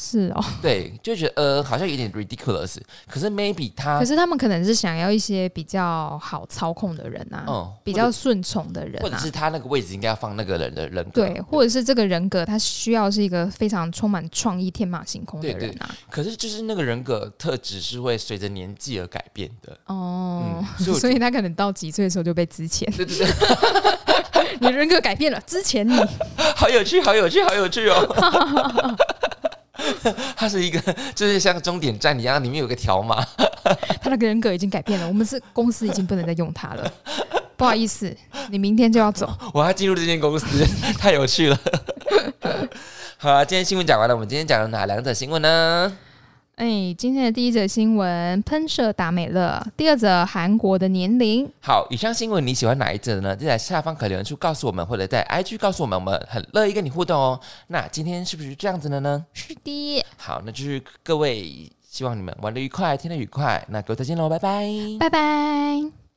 A: 是哦。
B: 对，就觉得呃好像有点 ridiculous。可是 maybe 他
A: 可是他们可能是想要一些比较好操控的人啊，
B: 嗯
A: 比较顺从的人
B: 或者
A: 啊
B: 是。他那个位置应该要放那个人的人格，
A: 对，或者是这个人格，他需要是一个非常充满创意、天马行空的
B: 对对
A: 人啊。
B: 可是就是那个人格特质是会随着年纪而改变的。
A: 哦
B: 嗯， 所以我
A: 所
B: 觉
A: 以
B: 得
A: 他可能到几岁的时候就被之 前，
B: 对对对，
A: 你人格改变了，之前你
B: 好有趣，好有趣，好有趣哦！ 它是一个，就是像终点站一样，里面有个条码，
A: 他的人格已经改变了，我们是公司已经不能再用他 了，不好意思，你明天就要走。
B: 我要进入这间公司， 太有趣了。 好啊，今天新闻讲完了，我们今天讲了哪两则新闻呢？
A: 哎，今天的第一则新闻，喷射达美乐；第二则，韩国的年龄。
B: 好，以上新闻你喜欢哪一则呢？就在下方可留言处告诉我们，或者在 IG 告诉我们，我们很乐意跟你互动哦。那今天是不是这样子了呢？
A: 是的，
B: 好，那就是各位，希望你们玩的愉快，听得愉快。那各位再见喽，拜拜。
A: 拜拜。